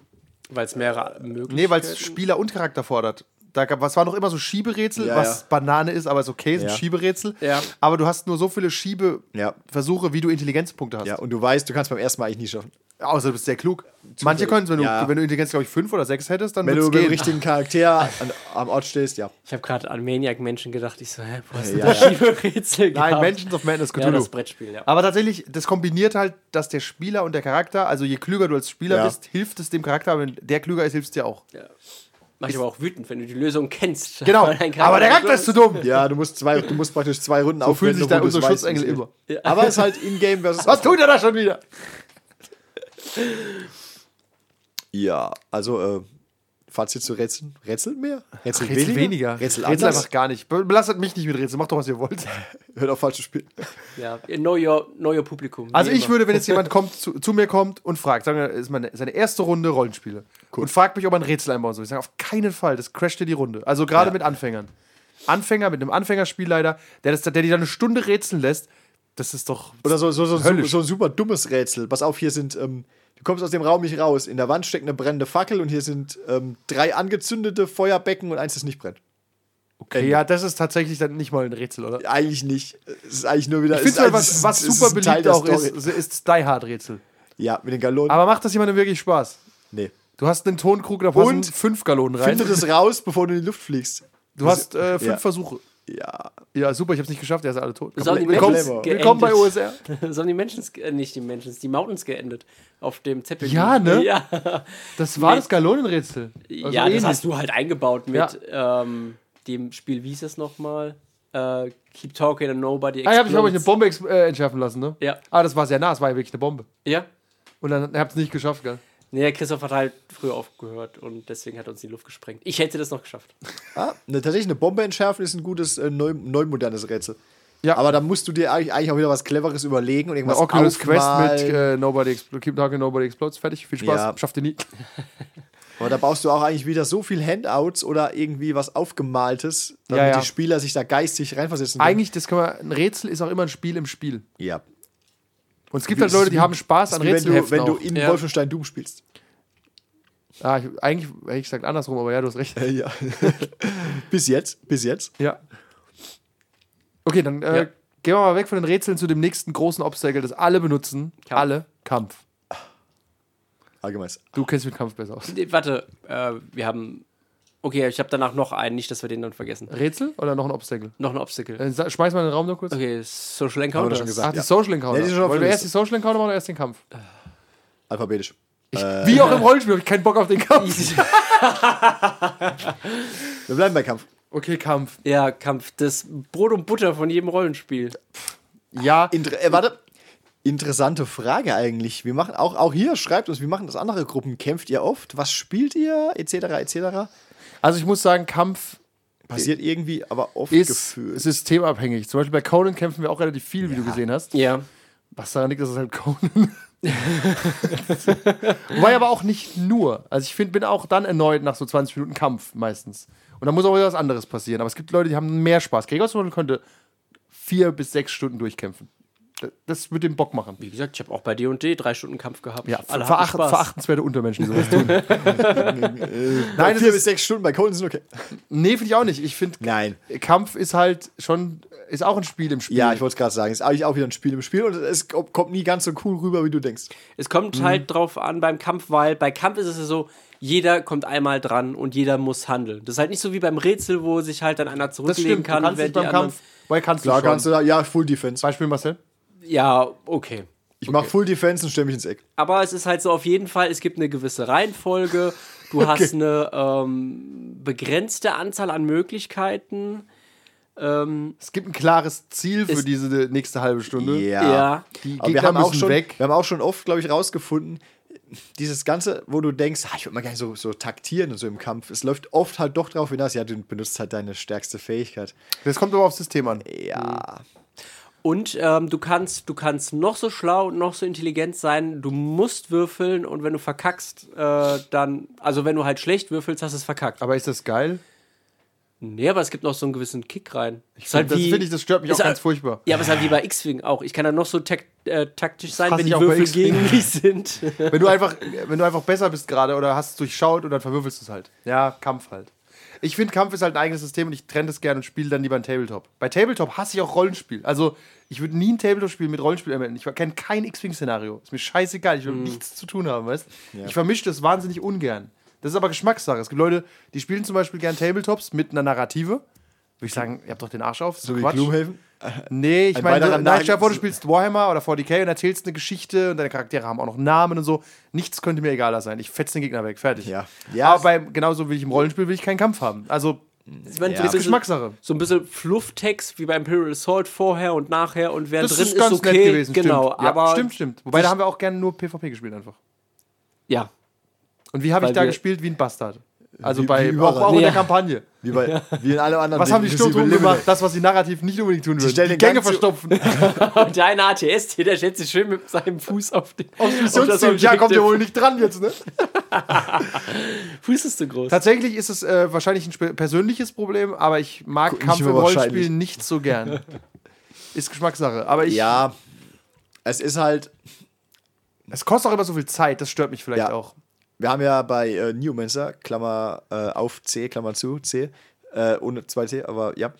Weil es mehrere möglich
Nee, weil es Spieler und Charakter fordert. Da gab, was war noch immer so Schieberätsel,
Ja,
was
ja.
Banane ist, aber ist okay, ist ein
Ja.
Schieberätsel.
Ja.
Aber du hast nur so viele
Ja.
Schiebeversuche, wie du Intelligenzpunkte hast.
ja, und du weißt, du kannst beim ersten Mal eigentlich nie schaffen.
Außer du bist sehr klug. Manche können es, wenn, du-
Ja.
wenn du Intelligenz, glaube ich, fünf oder sechs hättest, dann
Wenn
würde
du
es
mit dem
gehen.
richtigen Charakter an, am Ort stehst, ja.
Ich habe gerade an Maniac-Menschen gedacht. Ich so, hä, wo hast du
Ja,
da
ja.
schiefe Rätsel gehabt?
Nein, Mansions of Madness, Cthulhu.
Ja, das Brettspiel, ja.
Aber tatsächlich, das kombiniert halt, dass der Spieler und der Charakter, also je klüger du als Spieler
Ja.
bist, hilft es dem Charakter, aber wenn der klüger ist, hilft es dir auch.
Mach ich aber auch wütend, wenn du die Lösung kennst.
Genau.
Weil dein
Aber der Charakter ist zu dumm.
Ja, du musst, zwei, du musst praktisch zwei Runden
So fühlen sich
obwohl
dann
du es
unsere
weißt,
Schutzengel
wie es
immer.
geht. Aber es ist halt in-game versus
Was tut er da schon wieder?
Ja, also äh, Fazit zu Rätseln. Rätsel mehr? Rätsel,
Rätsel,
Rätsel,
Rätsel
anders?
einfach gar nicht. Be- Belastet mich nicht mit Rätsel. Macht doch, was ihr wollt.
Hört auf falsch zu spielen.
Ja, know your, know your Publikum.
Also
Wie
ich
immer.
würde, wenn jetzt jemand kommt, zu, zu mir kommt und fragt, sagen wir, ist meine, seine erste Runde Rollenspiele und fragt mich, ob man Rätsel einbauen soll. Ich sage, auf keinen Fall, das crasht dir die Runde. Also gerade
Ja.
mit Anfängern. Anfänger mit einem Anfängerspielleiter, der, das, der die dann eine Stunde rätseln lässt, das ist doch...
Oder so, so, so, so,
Höllisch.
so ein super dummes Rätsel. Pass auf, hier sind, ähm, du kommst aus dem Raum nicht raus. In der Wand steckt eine brennende Fackel und hier sind ähm, drei angezündete Feuerbecken und eins, das nicht brennt.
Okay, ja, das ist tatsächlich dann nicht mal ein Rätsel, oder?
Eigentlich nicht. Es ist eigentlich nur wieder.
Ich finde, was, was super beliebt auch ist, ist Die Hard Rätsel.
Ja, mit den Galonen.
Aber macht das jemandem wirklich Spaß?
nee.
Du hast einen Tonkrug, da passen
Und
fünf Gallonen rein.
Finde das raus, bevor du in die Luft fliegst.
Du hast äh, fünf
Ja.
Versuche.
Ja.
Ja, super, ich hab's nicht geschafft, er ist alle tot.
So haben die
Willkommen-
Mansions
Willkommen
geendet.
Willkommen bei OSR.
So haben die Menschen, äh, nicht die Menschen, die Mountains geendet. Auf dem Zeppelin.
Ja, ne?
Ja,
Das war
Nee.
das Gallonenrätsel. Also
ja das
ähnlich.
hast du halt eingebaut mit ähm, dem Spiel, wie hieß es nochmal? Äh, Keep Talking and Nobody
Ah, ich habe ich
Explodes.
eine Bombe ex- äh, entschärfen lassen, ne?
Ja.
Ah, das war sehr nah, es war ja wirklich eine Bombe.
Ja.
Und dann hab's nicht geschafft, gell?
Nee, Christoph hat halt früher aufgehört und deswegen hat er uns die Luft gesprengt. Ich hätte das noch geschafft.
Ah, ne, tatsächlich eine Bombe entschärfen ist ein gutes äh, neu, neumodernes Rätsel.
Ja.
Aber da musst du dir eigentlich, eigentlich auch wieder was Cleveres überlegen und irgendwas
Eine Oculus
aufmalen.
Quest mit äh, Nobody Explodes. Keep Talking, Nobody Explodes. Fertig. Viel Spaß.
Ja.
Schafft ihr nie.
Aber da brauchst du auch eigentlich wieder so viel Handouts oder irgendwie was Aufgemaltes, damit
Ja, ja.
die Spieler sich da geistig reinversetzen können.
Eigentlich, das kann man, ein Rätsel ist auch immer ein Spiel im Spiel.
ja.
Und es gibt halt Leute, die haben Spaß an
Wie wenn du,
Rätselheften
wenn du
auch.
in
Ja.
Wolfenstein Doom spielst.
Ah, ich, eigentlich hätte ich gesagt andersrum, aber ja, du hast recht.
Äh, ja. bis jetzt, bis jetzt.
Ja. Okay, dann äh,
Ja.
gehen wir mal weg von den Rätseln zu dem nächsten großen Obstacle, das alle benutzen.
Kampf.
Alle. Kampf.
Allgemein.
Du kennst mit Kampf besser aus.
Nee, warte, äh, wir haben. Okay, ich habe danach noch einen, nicht, dass wir den dann vergessen.
Rätsel oder noch ein Obstacle?
Noch ein Obstacle.
Äh, sa- schmeiß mal in den Raum noch kurz.
Okay,
Haben
Social
wir
Encounter.
doch schon gesagt.
Ach, die
ja.
Social Encounter.
Nee, die Äh. sind schon auf
Wollen wir
der
erst die
Liste.
Social Encounter machen oder erst den Kampf?
Alphabetisch.
Ich, wie auch im Rollenspiel, habe ich keinen Bock auf den Kampf.
Wir bleiben bei Kampf.
Okay, Kampf.
Ja, Kampf. Das Brot und Butter von jedem Rollenspiel.
Ja,
Inter äh, warte. Interessante Frage eigentlich. Wir machen auch, auch hier, schreibt uns, wie machen das andere Gruppen? Kämpft ihr oft? Was spielt ihr? Etc. etc.
also ich muss sagen, Kampf
Passiert irgendwie, aber oft
ist
gefühlt.
systemabhängig. Zum Beispiel bei Conan kämpfen wir auch relativ viel, wie du gesehen hast.
Ja.
Was daran liegt, dass es halt Conan. Wobei aber auch nicht nur. Also ich find, bin auch dann erneut nach so 20 Minuten Kampf meistens. Und dann muss auch wieder was anderes passieren. Aber es gibt Leute, die haben mehr Spaß. Gregor zum Beispiel konnte vier bis sechs Stunden durchkämpfen. D- Das würde den Bock machen.
Wie gesagt, ich habe auch bei D&D drei Stunden Kampf gehabt.
Ja,
Alle hatten
veracht,
Spaß.
verachtenswerte Untermenschen, die sowas tun.
Nein,
es
vier
ist-
bis sechs Stunden bei Conan sind okay.
nee, finde ich auch nicht. Ich finde,
Nein.
Kampf ist halt schon, ist auch ein Spiel im Spiel.
Ja, ich wollte es gerade sagen. Ist eigentlich auch wieder ein Spiel im Spiel und es ko- kommt nie ganz so cool rüber, wie du denkst.
Es
mhm.
kommt halt drauf an beim Kampf, weil bei Kampf ist es ja so, jeder kommt einmal dran und jeder muss handeln. Das ist halt nicht so wie beim Rätsel, wo sich halt dann einer
das
zurücklegen
stimmt.
kann.
du kannst
während
nicht beim
die anderen-
Kampf, weil kannst
Klar
du schon.
kannst du da, ja, Full Defense.
Beispiel Marcel.
Ja, okay.
Ich mache Full Defense und stelle mich ins Eck.
Aber es ist halt so auf jeden Fall, es gibt eine gewisse Reihenfolge. Du hast eine ähm, begrenzte Anzahl an Möglichkeiten. Ähm,
Es gibt ein klares Ziel für
Ist-
diese nächste halbe Stunde.
ja.
Die
Aber wir
Gegner
haben, auch
müssen
schon,
weg.
wir haben auch schon oft, glaube ich, rausgefunden, dieses Ganze, wo du denkst, ah, ich würde mal gerne so, so taktieren und so im Kampf, es läuft oft halt doch drauf hinaus, ja, du benutzt halt deine stärkste Fähigkeit.
Das kommt aber aufs System an.
Ja.
und ähm, du kannst, du kannst noch so schlau und noch so intelligent sein. Du musst würfeln und wenn du verkackst, äh, dann, also wenn du halt schlecht würfelst, hast du es verkackt.
Aber ist das geil?
Nee, aber es gibt noch so einen gewissen Kick rein. Ich
find- das finde ich- das stört mich auch ganz furchtbar.
Ja, aber es ist halt wie bei X-Wing auch. Ich kann da noch so tak äh, taktisch sein,
hasse
wenn
ich
die
auch bei
Würfel
X-Wing.
gegen mich sind.
Wenn du einfach, wenn du einfach besser bist gerade oder hast es durchschaut und dann verwürfelst du es halt. Ja, Kampf halt. Ich finde, Kampf ist halt ein eigenes System und ich trenne das gerne und spiele dann lieber ein Tabletop. Bei Tabletop hasse ich auch Rollenspiel. Also, ich würde nie ein Tabletop-Spiel mit Rollenspiel erwähnen. Ich kenne kein X-Wing-Szenario. Ist mir scheißegal. Ich
Mhm.
will nichts zu tun haben, weißt Ich vermische das wahnsinnig ungern. Das ist aber Geschmackssache. Es gibt Leute, die spielen zum Beispiel gern Tabletops mit einer Narrative. Würde ich sagen, ihr habt doch den Arsch auf.
So wie Gloomhaven.
Nee, ich
Ein
meine,
weiterer
so- nein, stell dir vor, du
Nagel-
spielst Warhammer oder 40k und erzählst eine Geschichte und deine Charaktere haben auch noch Namen und so. Nichts könnte mir egaler sein. Ich fetze den Gegner weg, fertig.
Ja.
ja
Ja,
Aber
es-
beim, genauso will ich im Rollenspiel will ich keinen Kampf haben. Also
Ich meine,
Ja.
so ein
Ist
bisschen-
Geschmackssache.
So ein bisschen Flufftext wie bei Imperial Assault vorher und nachher und wer
das
drin
ist ganz
okay.
nett gewesen.
Genau,
stimmt. Ja,
aber
stimmt, stimmt. Wobei, da haben wir auch gerne nur PvP gespielt einfach.
ja.
Und wie habe ich
Weil
da
wir-
gespielt? Wie ein Bastard. Also
Wie-
bei
wie
auch,
überall.
auch in der
Ja.
Kampagne.
Wie, bei, wie in allem anderen.
Was haben die
Ding,
Sturmtruppen
Invisible
gemacht? Das, was sie narrativ nicht unbedingt tun würden.
stellen
die
den
Gänge
ganzen-
verstopfen.
Und dein ATS, der schätzt sich schön mit seinem Fuß auf den auf
Missionsziel. Ja, kommt
der
ihr wohl nicht dran jetzt, ne?
Fuß ist zu groß.
Tatsächlich ist es äh, wahrscheinlich ein spe- persönliches Problem, aber ich mag
Gut, nicht
Kampf im
immer
Rollenspiel
wahrscheinlich.
nicht so gern. ist Geschmackssache. Aber ich,
Ja. Es ist halt,
es kostet auch immer so viel Zeit, das stört mich vielleicht
Ja.
auch.
wir haben ja bei äh, Neomancer, Klammer äh, auf C, Klammer zu, C, äh, ohne 2T, aber ja,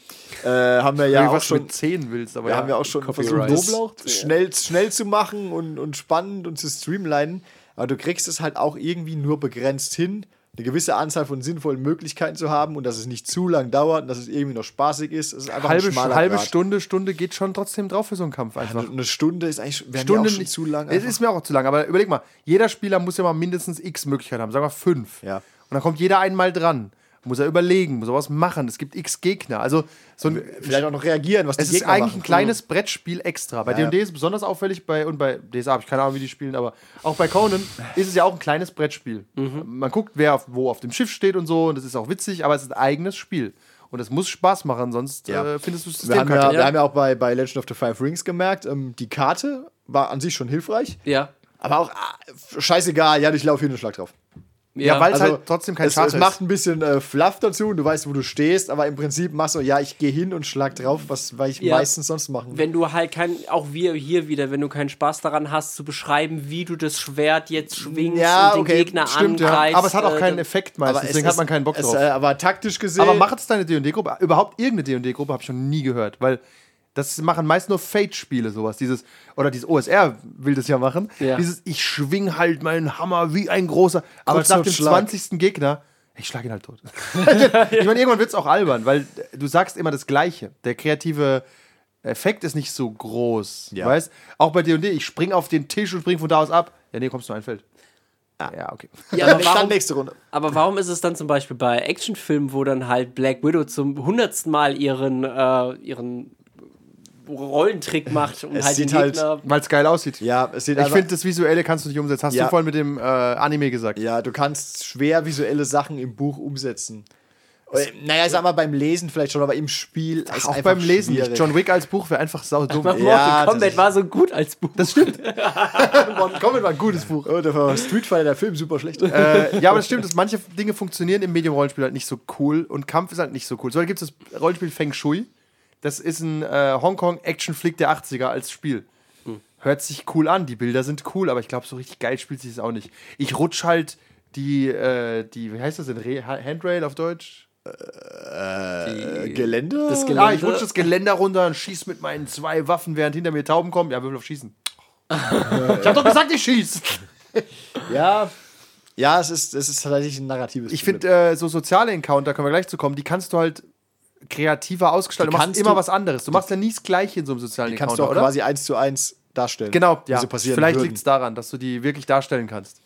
äh, haben wir ja
Wenn du
auch
was
schon
mit 10 willst, aber
Wir
ja.
haben ja auch schon
Copyright.
versucht, das schnell, schnell zu machen und, und spannend und zu streamlinen. Aber du kriegst es halt auch irgendwie nur begrenzt hin, eine gewisse Anzahl von sinnvollen Möglichkeiten zu haben und dass es nicht zu lang dauert und dass es irgendwie noch spaßig ist. Es ist einfach
halbe,
ein schmaler
halbe
Grat.
Stunde, Stunde geht schon trotzdem drauf für so einen Kampf einfach.
Eine Stunde ist eigentlich wäre mir auch
Stunde
schon zu lang.
Es
einfach.
ist mir auch zu lang, aber überleg mal, jeder Spieler muss ja mal mindestens x Möglichkeiten haben, sagen wir fünf.
Ja.
Und dann kommt jeder einmal dran. Muss er überlegen, muss er was machen. Es gibt x Gegner. Also so ein
Vielleicht auch noch reagieren, was
Es
die
ist
Gegner
eigentlich
machen.
ein kleines Brettspiel extra. Bei
Ja.
D&D ist es besonders auffällig bei und bei DSA habe ich keine Ahnung, wie die spielen, aber auch bei Conan ist es ja auch ein kleines
Mhm.
Brettspiel. Man guckt, wer auf, wo auf dem Schiff steht und so und das ist auch witzig, aber es ist ein eigenes Spiel. Und es muss Spaß machen, sonst
Ja.
äh, findest du das
Wir
System
haben, ja,
Ja.
wir haben ja auch bei, bei Legend of the Five Rings gemerkt, ähm, die Karte war an sich schon hilfreich,
Ja.
aber auch ah, scheißegal, ja, ich laufe hin und schlag drauf.
Ja, weil es
Also,
halt trotzdem kein
es, es
Charter
macht
ist.
ein bisschen äh, Fluff dazu und du weißt, wo du stehst, aber im Prinzip machst du, ja, ich gehe hin und schlag drauf, was weil ich
Ja.
meistens sonst machen
wenn du halt kein, auch wir hier wieder, wenn du keinen Spaß daran hast, zu beschreiben, wie du das Schwert jetzt schwingst
Ja,
und
okay,
den Gegner
Stimmt, ja.
angreifst.
Aber es hat auch
äh,
keinen
da-
Effekt meistens,
es-
deswegen
es-
hat man keinen Bock
es,
drauf.
äh, aber taktisch gesehen.
Aber macht es deine DD-Gruppe? Überhaupt irgendeine DD-Gruppe habe ich schon nie gehört, weil das machen meist nur Fate-Spiele, sowas. Dieses, oder dieses OSR will das ja machen.
Ja.
Dieses, ich schwing halt meinen Hammer wie ein großer. Aber
Kurz
nach
und
dem
Schlag.
20. Gegner, ich schlage ihn halt tot. ich meine, irgendwann wird es auch albern, weil du sagst immer das Gleiche. Der kreative. Effekt ist nicht so groß,
Ja.
weißt? Auch bei D&D, ich spring auf den Tisch und spring von da aus ab. Ja, nee, kommst du nur ein Feld.
Ah.
Ja, okay.
Ja, aber
Dann
warum,
nächste Runde.
aber warum ist es dann zum Beispiel bei Actionfilmen, wo dann halt Black Widow zum hundertsten Mal ihren, äh, ihren Rollentrick macht und
Es
halt den
sieht halt-
Gegner.
Weil es geil aussieht.
Ja, es sieht
Ich
einfach-
finde, das Visuelle kannst du nicht umsetzen. Hast
Also- Ja.
du vorhin mit dem äh, Anime gesagt.
Ja, du kannst schwer visuelle Sachen im Buch umsetzen. Äh, Naja, ich sag mal beim Lesen vielleicht schon, aber im Spiel. ist
Auch
einfach
beim Lesen
schwierig.
nicht. John Wick als Buch wäre einfach sau dumm.
Mortal
Ja, das
Kombat
ist-
war so gut als Buch.
Das stimmt. Kommt war ein gutes Buch.
Oh, da war Street Fighter, der Film, super schlecht.
äh, ja, aber das stimmt, dass manche Dinge funktionieren im Medium-Rollenspiel halt nicht so cool und Kampf ist halt nicht so cool. So gibt es das Rollenspiel Feng Shui. Das ist ein äh, Hongkong-Action-Flick der 80er als Spiel.
Hm.
Hört sich cool an, die Bilder sind cool, aber ich glaube, so richtig geil spielt sich das auch nicht. Ich rutsch halt die, äh, die wie heißt das denn? Re Ha- Handrail auf Deutsch?
Gelände?
Das Gelände.
Ah, ich rutsche das Geländer runter und schieß mit meinen zwei Waffen, während hinter mir Tauben kommen. Ja, Würfel auf Schießen. ich hab doch gesagt, ich schieß.
ja. Ja, es ist, es ist tatsächlich ein narratives
Ich finde, äh, so soziale Encounter, können wir gleich zu kommen, die kannst du halt kreativer ausgestalten.
Die
Du machst
kannst
immer
du-
was anderes. Du machst ja nie das Gleiche in so einem sozialen
Die kannst du
Encounter,
auch
oder?
quasi eins zu eins darstellen.
genau,
wie
ja.
sie passieren
Vielleicht
würden.
liegt es daran, dass du die wirklich darstellen kannst.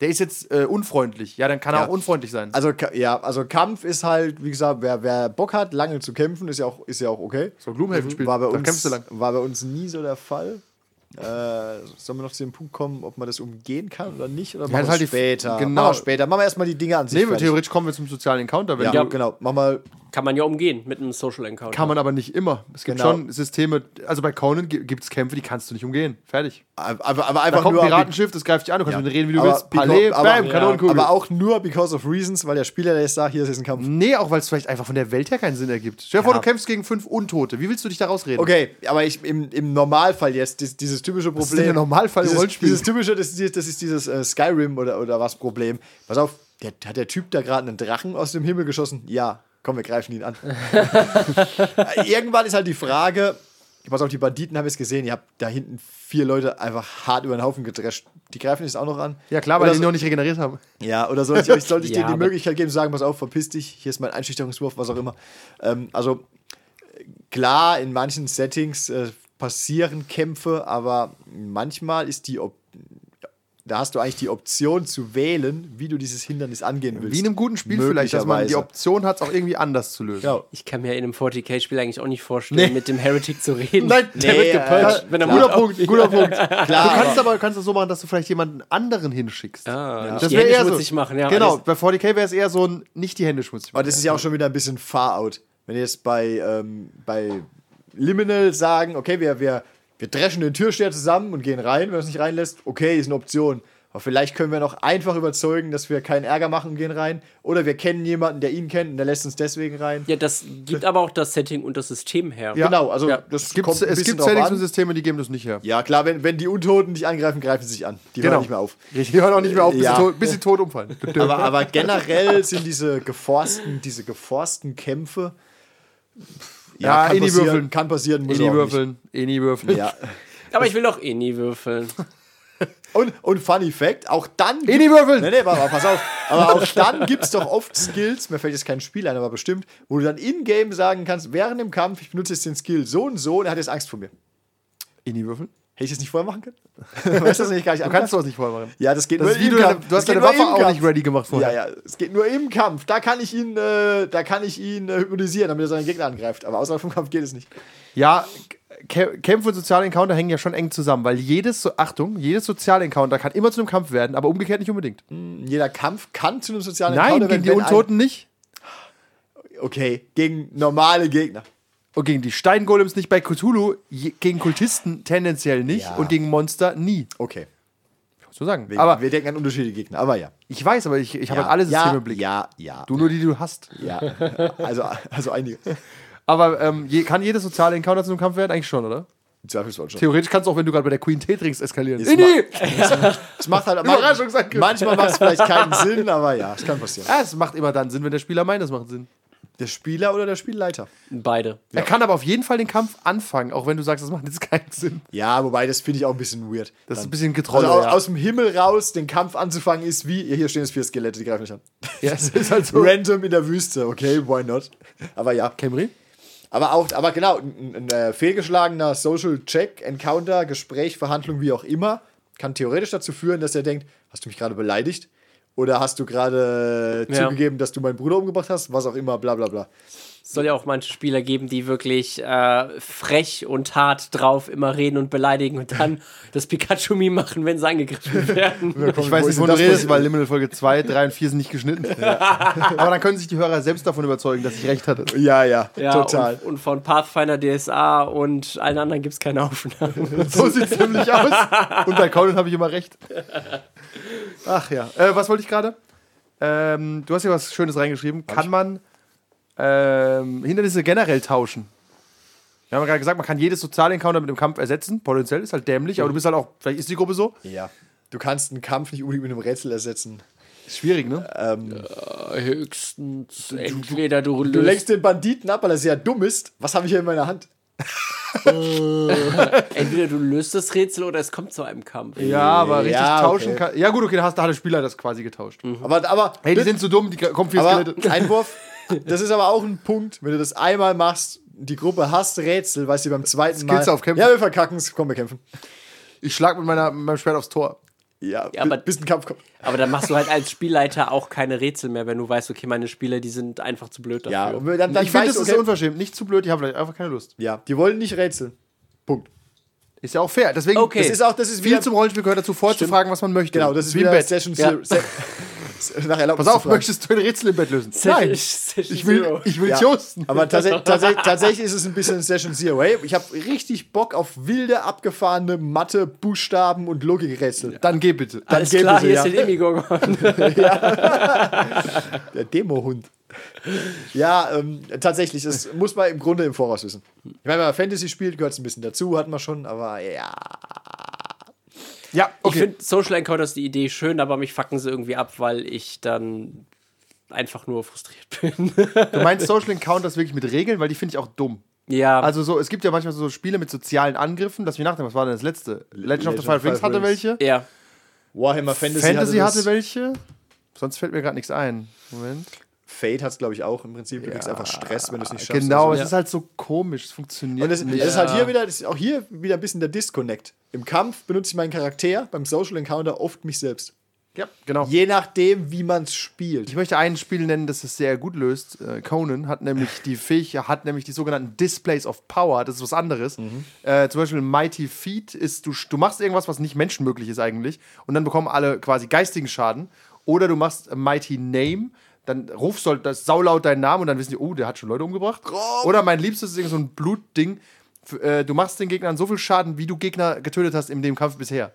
Der ist jetzt äh, unfreundlich. Ja, dann kann er
Ja.
auch unfreundlich sein.
Also, ka- ja, also Kampf ist halt, wie gesagt, wer, wer Bock hat, lange zu kämpfen, ist ja auch, ist ja auch okay.
So Gloomhaven spielt,
mhm. war bei,
da
uns,
kämpfst du lang.
war bei uns nie so der Fall. Äh, sollen wir noch zu dem Punkt kommen, ob man das umgehen kann oder nicht? Oder machen
das
wir
ist halt die-
später?
genau.
Machen wir später. Machen wir erstmal die Dinge an sich.
nee,
fertig.
theoretisch kommen wir zum sozialen Encounter. Wenn
Ja,
du,
genau. Mach mal.
Kann man ja umgehen mit einem Social Encounter.
Kann man aber nicht immer. Es gibt
Genau.
schon Systeme, also bei Conan gibt es Kämpfe, die kannst du nicht umgehen. Fertig.
Aber, aber
Da
einfach
kommt ein
nur.
Piratenschiff, das greift dich an, du kannst
Ja.
mit denen reden, wie du
Aber
willst. Palais,
Pico- aber-
bam,
ja.
Kanonenkugel.
aber auch nur because of reasons, weil der Spieler, der jetzt sagt, hier ist jetzt ein Kampf.
nee, auch weil es vielleicht einfach von der Welt her keinen Sinn ergibt. Stell dir vor,
Ja.
du kämpfst gegen fünf Untote. Wie willst du dich da rausreden?
Okay, aber ich, im, im Normalfall jetzt, dies, dieses typische Problem.
ist denn der Normalfall im
dieses,
Rollenspiel?
Dieses typische, das, ist- das ist dieses äh, Skyrim oder, oder was Problem. Pass auf, der, hat der Typ da gerade einen Drachen aus dem Himmel geschossen? Ja, komm, wir greifen ihn an. Irgendwann ist halt die Frage, pass auf, die Banditen haben es gesehen, ihr habt da hinten vier Leute einfach hart über den Haufen gedrescht. Die greifen jetzt auch noch an.
Ja, klar, weil
Oder
die
so-
noch nicht regeneriert haben.
ja, oder soll ich, euch- soll ich
Ja,
denen die
aber-
Möglichkeit geben, zu sagen, pass auf, verpiss dich, hier ist mein Einschüchterungswurf, was auch immer. Ähm, also äh, klar, in manchen Settings äh, passieren Kämpfe, aber manchmal ist die Op da hast du eigentlich die Option zu wählen, wie du dieses Hindernis angehen willst.
Wie in einem guten Spiel vielleicht, dass man die
Möglicherweise.
Option hat, es auch irgendwie anders zu lösen.
Genau.
Ich kann mir in einem 40k-Spiel eigentlich auch nicht vorstellen, mit dem Heretic zu reden.
Nein, der
Nee,
wird gepatcht.
äh,
wenn er
guter
Mut auf-
Punkt, guter Punkt.
Klar,
du kannst aber du kannst es so machen, dass du vielleicht jemanden anderen hinschickst.
Ah, nicht
Das
die
wäre
Hände
eher so.
schmutzig machen, ja,
genau,
alles-
bei 40k wäre es eher so ein nicht die Hände schmutzig
Aber
machen.
das ist ja auch schon wieder ein bisschen far out. Wenn ihr jetzt bei, ähm, bei Liminal sagen, okay, wir, wir, wir dreschen den Türsteher zusammen und gehen rein, wenn er es nicht reinlässt, okay, ist eine Option. Aber vielleicht können wir noch einfach überzeugen, dass wir keinen Ärger machen und gehen rein. Oder wir kennen jemanden, der ihn kennt und der lässt uns deswegen rein.
Ja, das gibt aber auch das Setting und das System her.
Ja.
Genau, also
Ja.
das
es gibt,
kommt ein
es
bisschen
gibt
drauf
Settings und
an.
Systeme, die geben das nicht her.
Ja, klar, wenn, wenn die Untoten dich angreifen, greifen sie sich an. Die
genau.
hören nicht mehr auf.
Die hören auch nicht mehr auf, bis,
Ja.
sie, tot, bis sie tot umfallen.
aber, aber generell sind diese geforsten, diese geforsten Kämpfe.
Ja,
kann
in die
passieren,
Würfeln.
Kann passieren, muss auch nicht.
Eni-Würfeln, Eni-Würfeln.
Ja.
Aber ich will doch eh nie würfeln.
Und, und Fun Fact, auch dann.
In die Würfel!
Nee, nee, aber, aber pass auf. Aber auch dann gibt es doch oft Skills, mir fällt jetzt kein Spiel ein, aber bestimmt, wo du dann in-game sagen kannst, während dem Kampf, ich benutze jetzt den Skill so und so und er hat jetzt Angst vor mir.
Eni-Würfeln?
Hätte ich das nicht vorher machen können? weißt du das nicht gar nicht
Du kannst sowas nicht vorher machen.
Ja, das geht
Das
nur
ist wie
im
du, deine,
Kampf.
du hast
Das geht
deine
nur
Waffe
im
auch
Kampf.
nicht ready gemacht vorher.
Ja, ja, es geht nur im Kampf. Da kann ich ihn, äh, da kann ich ihn äh, hypnotisieren, damit er seinen Gegner angreift. Aber außerhalb vom Kampf geht es nicht.
Ja, Kä- Kämpfe und soziale Encounter hängen ja schon eng zusammen, weil jedes, so Achtung, jedes soziale Encounter kann immer zu einem Kampf werden, aber umgekehrt nicht unbedingt.
Jeder Kampf kann zu einem sozialen
Nein,
Encounter
gegen
werden,
die
wenn ein-
Untoten nicht.
okay, gegen normale Gegner.
Und gegen die Steingolems nicht bei Cthulhu, je, gegen Kultisten tendenziell nicht
Ja.
und gegen Monster nie.
Okay.
So sagen.
Wir,
aber
wir denken an unterschiedliche Gegner, aber ja.
ich weiß, aber ich, ich habe
ja,
halt alle Systeme
ja,
im Blick.
Ja, ja.
Du nur die, die du hast.
ja. Also, also einige.
Aber ähm, je, kann jedes soziale Encounter zu einem Kampf werden? Eigentlich schon, oder?
Im Zweifelsfall schon.
Theoretisch kannst du auch, wenn du gerade bei der Queen Tee trinkst, eskalieren.
Ist
Inni!
Es macht halt
Überraschungsangriff.
Manchmal macht es vielleicht keinen Sinn, aber ja, es kann passieren.
Ja, es macht immer dann Sinn, wenn der Spieler meint, das macht Sinn.
Der Spieler oder der Spielleiter?
Beide.
Er kann aber auf jeden Fall den Kampf anfangen, auch wenn du sagst, das macht jetzt keinen Sinn.
Ja, wobei das finde ich auch ein bisschen weird.
Das ist
Dann-
ein bisschen getrollt.
also aus,
ja.
aus dem Himmel raus den Kampf anzufangen ist wie, ja, hier stehen jetzt vier Skelette, die greifen nicht an.
ja, es ist halt so.
Random in der Wüste, okay, why not? Aber ja.
Camry?
Aber auch, aber genau, ein, ein, äh, fehlgeschlagener Social Check, Encounter, Gespräch, Verhandlung, wie auch immer, kann theoretisch dazu führen, dass er denkt, hast du mich gerade beleidigt? Oder hast du gerade äh,
Ja.
zugegeben, dass du meinen Bruder umgebracht hast? Was auch immer, bla bla bla.
Es soll ja auch manche Spieler geben, die wirklich äh, frech und hart drauf immer reden und beleidigen und dann das Pikachu-Meme machen, wenn sie angegriffen werden.
Ich weiß
wo
nicht,
ist
wo
denn
du
das
redest,
passiert?
weil Liminal Folge 2, 3 und 4 sind nicht geschnitten. Aber dann können sich die Hörer selbst davon überzeugen, dass ich recht hatte.
Ja, ja,
Ja,
total.
Und, und von Pathfinder, DSA und allen anderen gibt es keine Aufnahmen.
So sieht es nämlich aus. Und bei Conan habe ich immer recht. Ach ja. Äh, was wollte ich gerade? Ähm, du hast hier was Schönes reingeschrieben. Kann man ähm, Hindernisse generell tauschen? Wir haben ja gerade gesagt, man kann jedes Sozialencounter mit einem Kampf ersetzen. Potenziell ist halt dämlich,
Mhm.
aber du bist halt auch, vielleicht ist die Gruppe so.
Ja. Du kannst einen Kampf nicht unbedingt mit einem Rätsel ersetzen.
Schwierig, ne?
Höchstens entweder du,
Du
löst,
lenkst den Banditen ab, weil er sehr dumm ist. Was habe ich hier in meiner Hand?
entweder du löst das Rätsel oder es kommt zu einem Kampf.
ja, aber richtig
Ja, okay.
tauschen kann. Ja, gut, okay, da hast da hat der Spieler das quasi getauscht.
Aber, aber,
Hey, die sind zu dumm, die kommen vier
aber
Skelette.
Einwurf, das ist aber auch ein Punkt, wenn du das einmal machst, die Gruppe hasst Rätsel, weißt du, beim zweiten Mal.
Skills aufkämpfen.
Ja, wir verkacken es, komm, wir kämpfen.
Ich schlag mit, meiner, mit meinem Schwert aufs Tor.
Ja, bi-
aber-
bis ein Kampf kommt.
Aber dann machst du halt als Spielleiter auch keine Rätsel mehr, wenn du weißt, okay, meine Spieler, die sind einfach zu blöd dafür.
Ja, und wir- dann, dann
ich finde,
weißt
das
du,
ist
okay,
unverschämt. Nicht zu blöd, die haben vielleicht einfach keine Lust.
Ja, die wollen nicht rätseln. Punkt.
Ist ja auch fair. Deswegen
Okay.
Das ist auch, das ist
viel
wieder,
zum Rollenspiel gehört dazu, vorzufragen, was man möchte.
genau, das ist
Wie im
wieder
Bett.
Session
Ja.
Zero. Se nach Erlaubnis
Pass auf,
zu fragen.
möchtest du ein Rätsel im Bett lösen?
Session-
Nein.
Session
Ich will,
Zero.
ich will
Ja,
Josten.
Aber tatsä- tatsä- tatsächlich ist es ein bisschen Session Zero. Hey, ich habe richtig Bock auf wilde, abgefahrene Mathe, Buchstaben und Logikrätsel.
Dann geh bitte.
Alles
gäbe
klar,
sie,
hier
ja.
ist der Demigorgon.
Der Demo-Hund. Ja, ähm, tatsächlich, das muss man im Grunde im Voraus wissen. Ich meine, wenn man Fantasy spielt, gehört es ein bisschen dazu, hatten wir schon, aber ja.
Ja,
Ich finde Social Encounters die Idee schön, aber mich fucken sie irgendwie ab, weil ich dann einfach nur frustriert bin.
Du meinst Social Encounters wirklich mit Regeln, weil die finde ich auch dumm.
ja, also,
Also so, es gibt ja manchmal so Spiele mit sozialen Angriffen, dass wir nachdenken, was war denn das letzte? Legend, of the Five Rings hatte welche.
ja.
Warhammer Fantasy,
Fantasy
das.
hatte, welche. Sonst fällt mir gerade nichts ein. Moment.
Fate hat es, glaube ich, auch im Prinzip. Du kriegst einfach Stress, wenn du es nicht schaffst.
genau,
Also.
es ist halt so komisch, es funktioniert
Und das,
nicht.
das ist halt hier wieder, das ist auch hier wieder ein bisschen der Disconnect. Im Kampf benutze ich meinen Charakter, beim Social Encounter oft mich selbst.
Ja, genau.
Je nachdem, wie man es spielt.
Ich möchte ein Spiel nennen, das es sehr gut löst. Äh, Conan hat nämlich die Fähigkeit, hat nämlich die sogenannten Displays of Power, das ist was anderes. Äh, zum Beispiel Mighty Feat ist, du, du machst irgendwas, was nicht menschenmöglich ist eigentlich, und dann bekommen alle quasi geistigen Schaden. Oder du machst Mighty Name, dann rufst du halt das saulaut deinen Namen und dann wissen die, oh, der hat schon Leute umgebracht. Oder mein liebstes ist irgend so ein Blutding. F- Äh, du machst den Gegnern so viel Schaden, wie du Gegner getötet hast in dem Kampf bisher.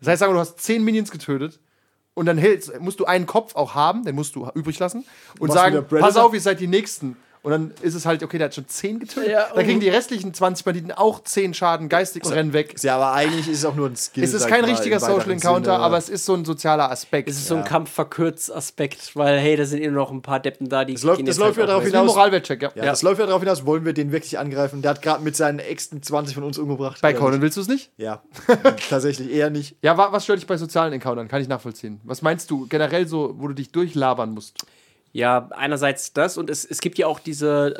Das heißt, sagen wir, du hast 10 Minions getötet und dann hältst, musst du einen Kopf auch haben, den musst du ha- übrig lassen und
Was
sagen,
wieder Predator?
pass auf, ihr seid die Nächsten. Und dann ist es halt, okay, der hat schon 10 getötet.
Ja,
dann
oh.
kriegen die restlichen 20 Banditen auch 10 Schaden geistig und rennen weg.
Ist Ja, aber eigentlich ist es auch nur ein Skill.
Es ist
sag
kein
ich mal,
richtiger
im weiteren
Social Encounter,
Sinne.
aber es ist so ein sozialer Aspekt.
Es ist so ein Kampfverkürz-Aspekt, weil, hey, da sind eben noch ein paar Deppen da, die. halt Das
läuft- genau das läuft ja darauf
ist wie ein
hinaus-
Moralwertcheck, ja.
Ja, das läuft ja darauf hinaus, wollen wir den wirklich angreifen? Der hat gerade mit seinen Äxten 20 von uns umgebracht.
Bei
oder
Conan
nicht?
willst du es nicht?
genau Ja, tatsächlich eher nicht.
Ja, wa was stört dich bei sozialen Encountern? Kann ich nachvollziehen. Was meinst du generell so, wo du dich durchlabern musst?
Ja, einerseits das und es, es gibt ja auch diese,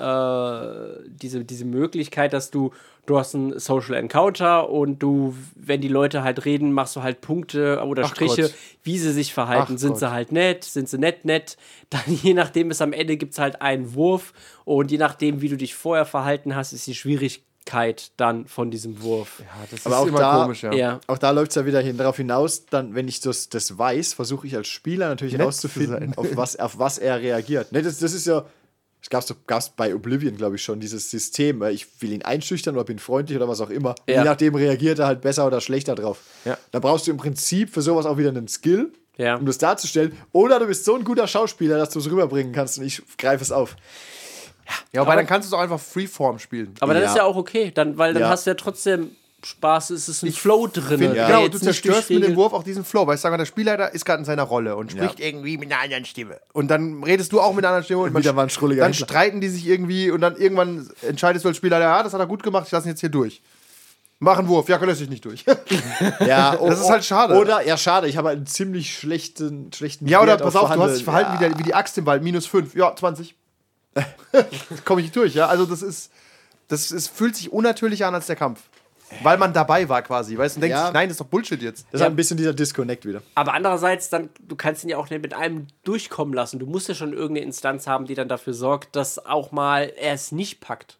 äh, diese, diese Möglichkeit, dass du, du hast einen Social Encounter und du, wenn die Leute halt reden, machst du halt Punkte oder
Ach
Striche,
Gott.
wie sie sich verhalten.
Ach
sind
Gott.
sie halt nett, sind sie nett, nett. Dann je nachdem ist am Ende gibt es halt einen Wurf und je nachdem, wie du dich vorher verhalten hast, ist die Schwierigkeit dann von diesem Wurf.
Ja, das
Aber auch da-
ja.
Ja.
Auch da läuft es ja wieder hin, darauf hinaus, dann, wenn ich das, das weiß, versuche ich als Spieler natürlich
zu
herauszufinden,
sein.
auf was, auf was er reagiert. Ne, das, das ist ja Es gab es bei Oblivion, glaube ich, schon dieses System. äh, Ich will ihn einschüchtern oder bin freundlich oder was auch immer.
Ja.
Je nachdem reagiert er halt besser oder schlechter drauf.
Ja.
Da brauchst du im Prinzip für sowas auch wieder einen Skill,
Ja.
um das darzustellen. Oder du bist so ein guter Schauspieler, dass du es rüberbringen kannst und ich greife es auf.
Ja, aber dann kannst du es auch einfach Freeform spielen.
Aber dann
Ja.
ist ja auch okay, dann, weil dann
Ja.
hast du ja trotzdem Spaß, es ist ein Flow drin.
Find,
der
Genau,
jetzt
du
nicht
zerstörst mit dem
durchregelt-
Wurf auch diesen Flow. Weißt du, sag mal, der Spielleiter ist gerade in seiner Rolle und spricht irgendwie mit einer anderen Stimme. Und dann redest du auch mit einer anderen Stimme und
Wieder mal ein schrulliger
dann
Hitler.
streiten die sich irgendwie und dann irgendwann entscheidest du als Spielleiter, ja, das hat er gut gemacht, ich lasse ihn jetzt hier durch. Mach einen Wurf, ja, kann er sich nicht durch.
Ja, o-
Das ist halt schade.
Oder, ja, schade, ich habe halt einen ziemlich schlechten, schlechten
ja, oder
Wert
pass auf, du hast
Verhandeln.
dich verhalten
ja.
wie, der, wie die Axt im Wald, minus 5, ja, 20. Komme ich nicht durch, ja. Also das ist, das ist, fühlt sich unnatürlicher an als der Kampf. Weil man dabei war quasi, weißt du, und denkt
Ja.
sich, nein, das ist doch Bullshit jetzt.
Das ist halt ein bisschen dieser Disconnect wieder.
Aber andererseits, dann, du kannst ihn ja auch nicht mit einem durchkommen lassen. Du musst ja schon irgendeine Instanz haben, die dann dafür sorgt, dass auch mal er es nicht packt.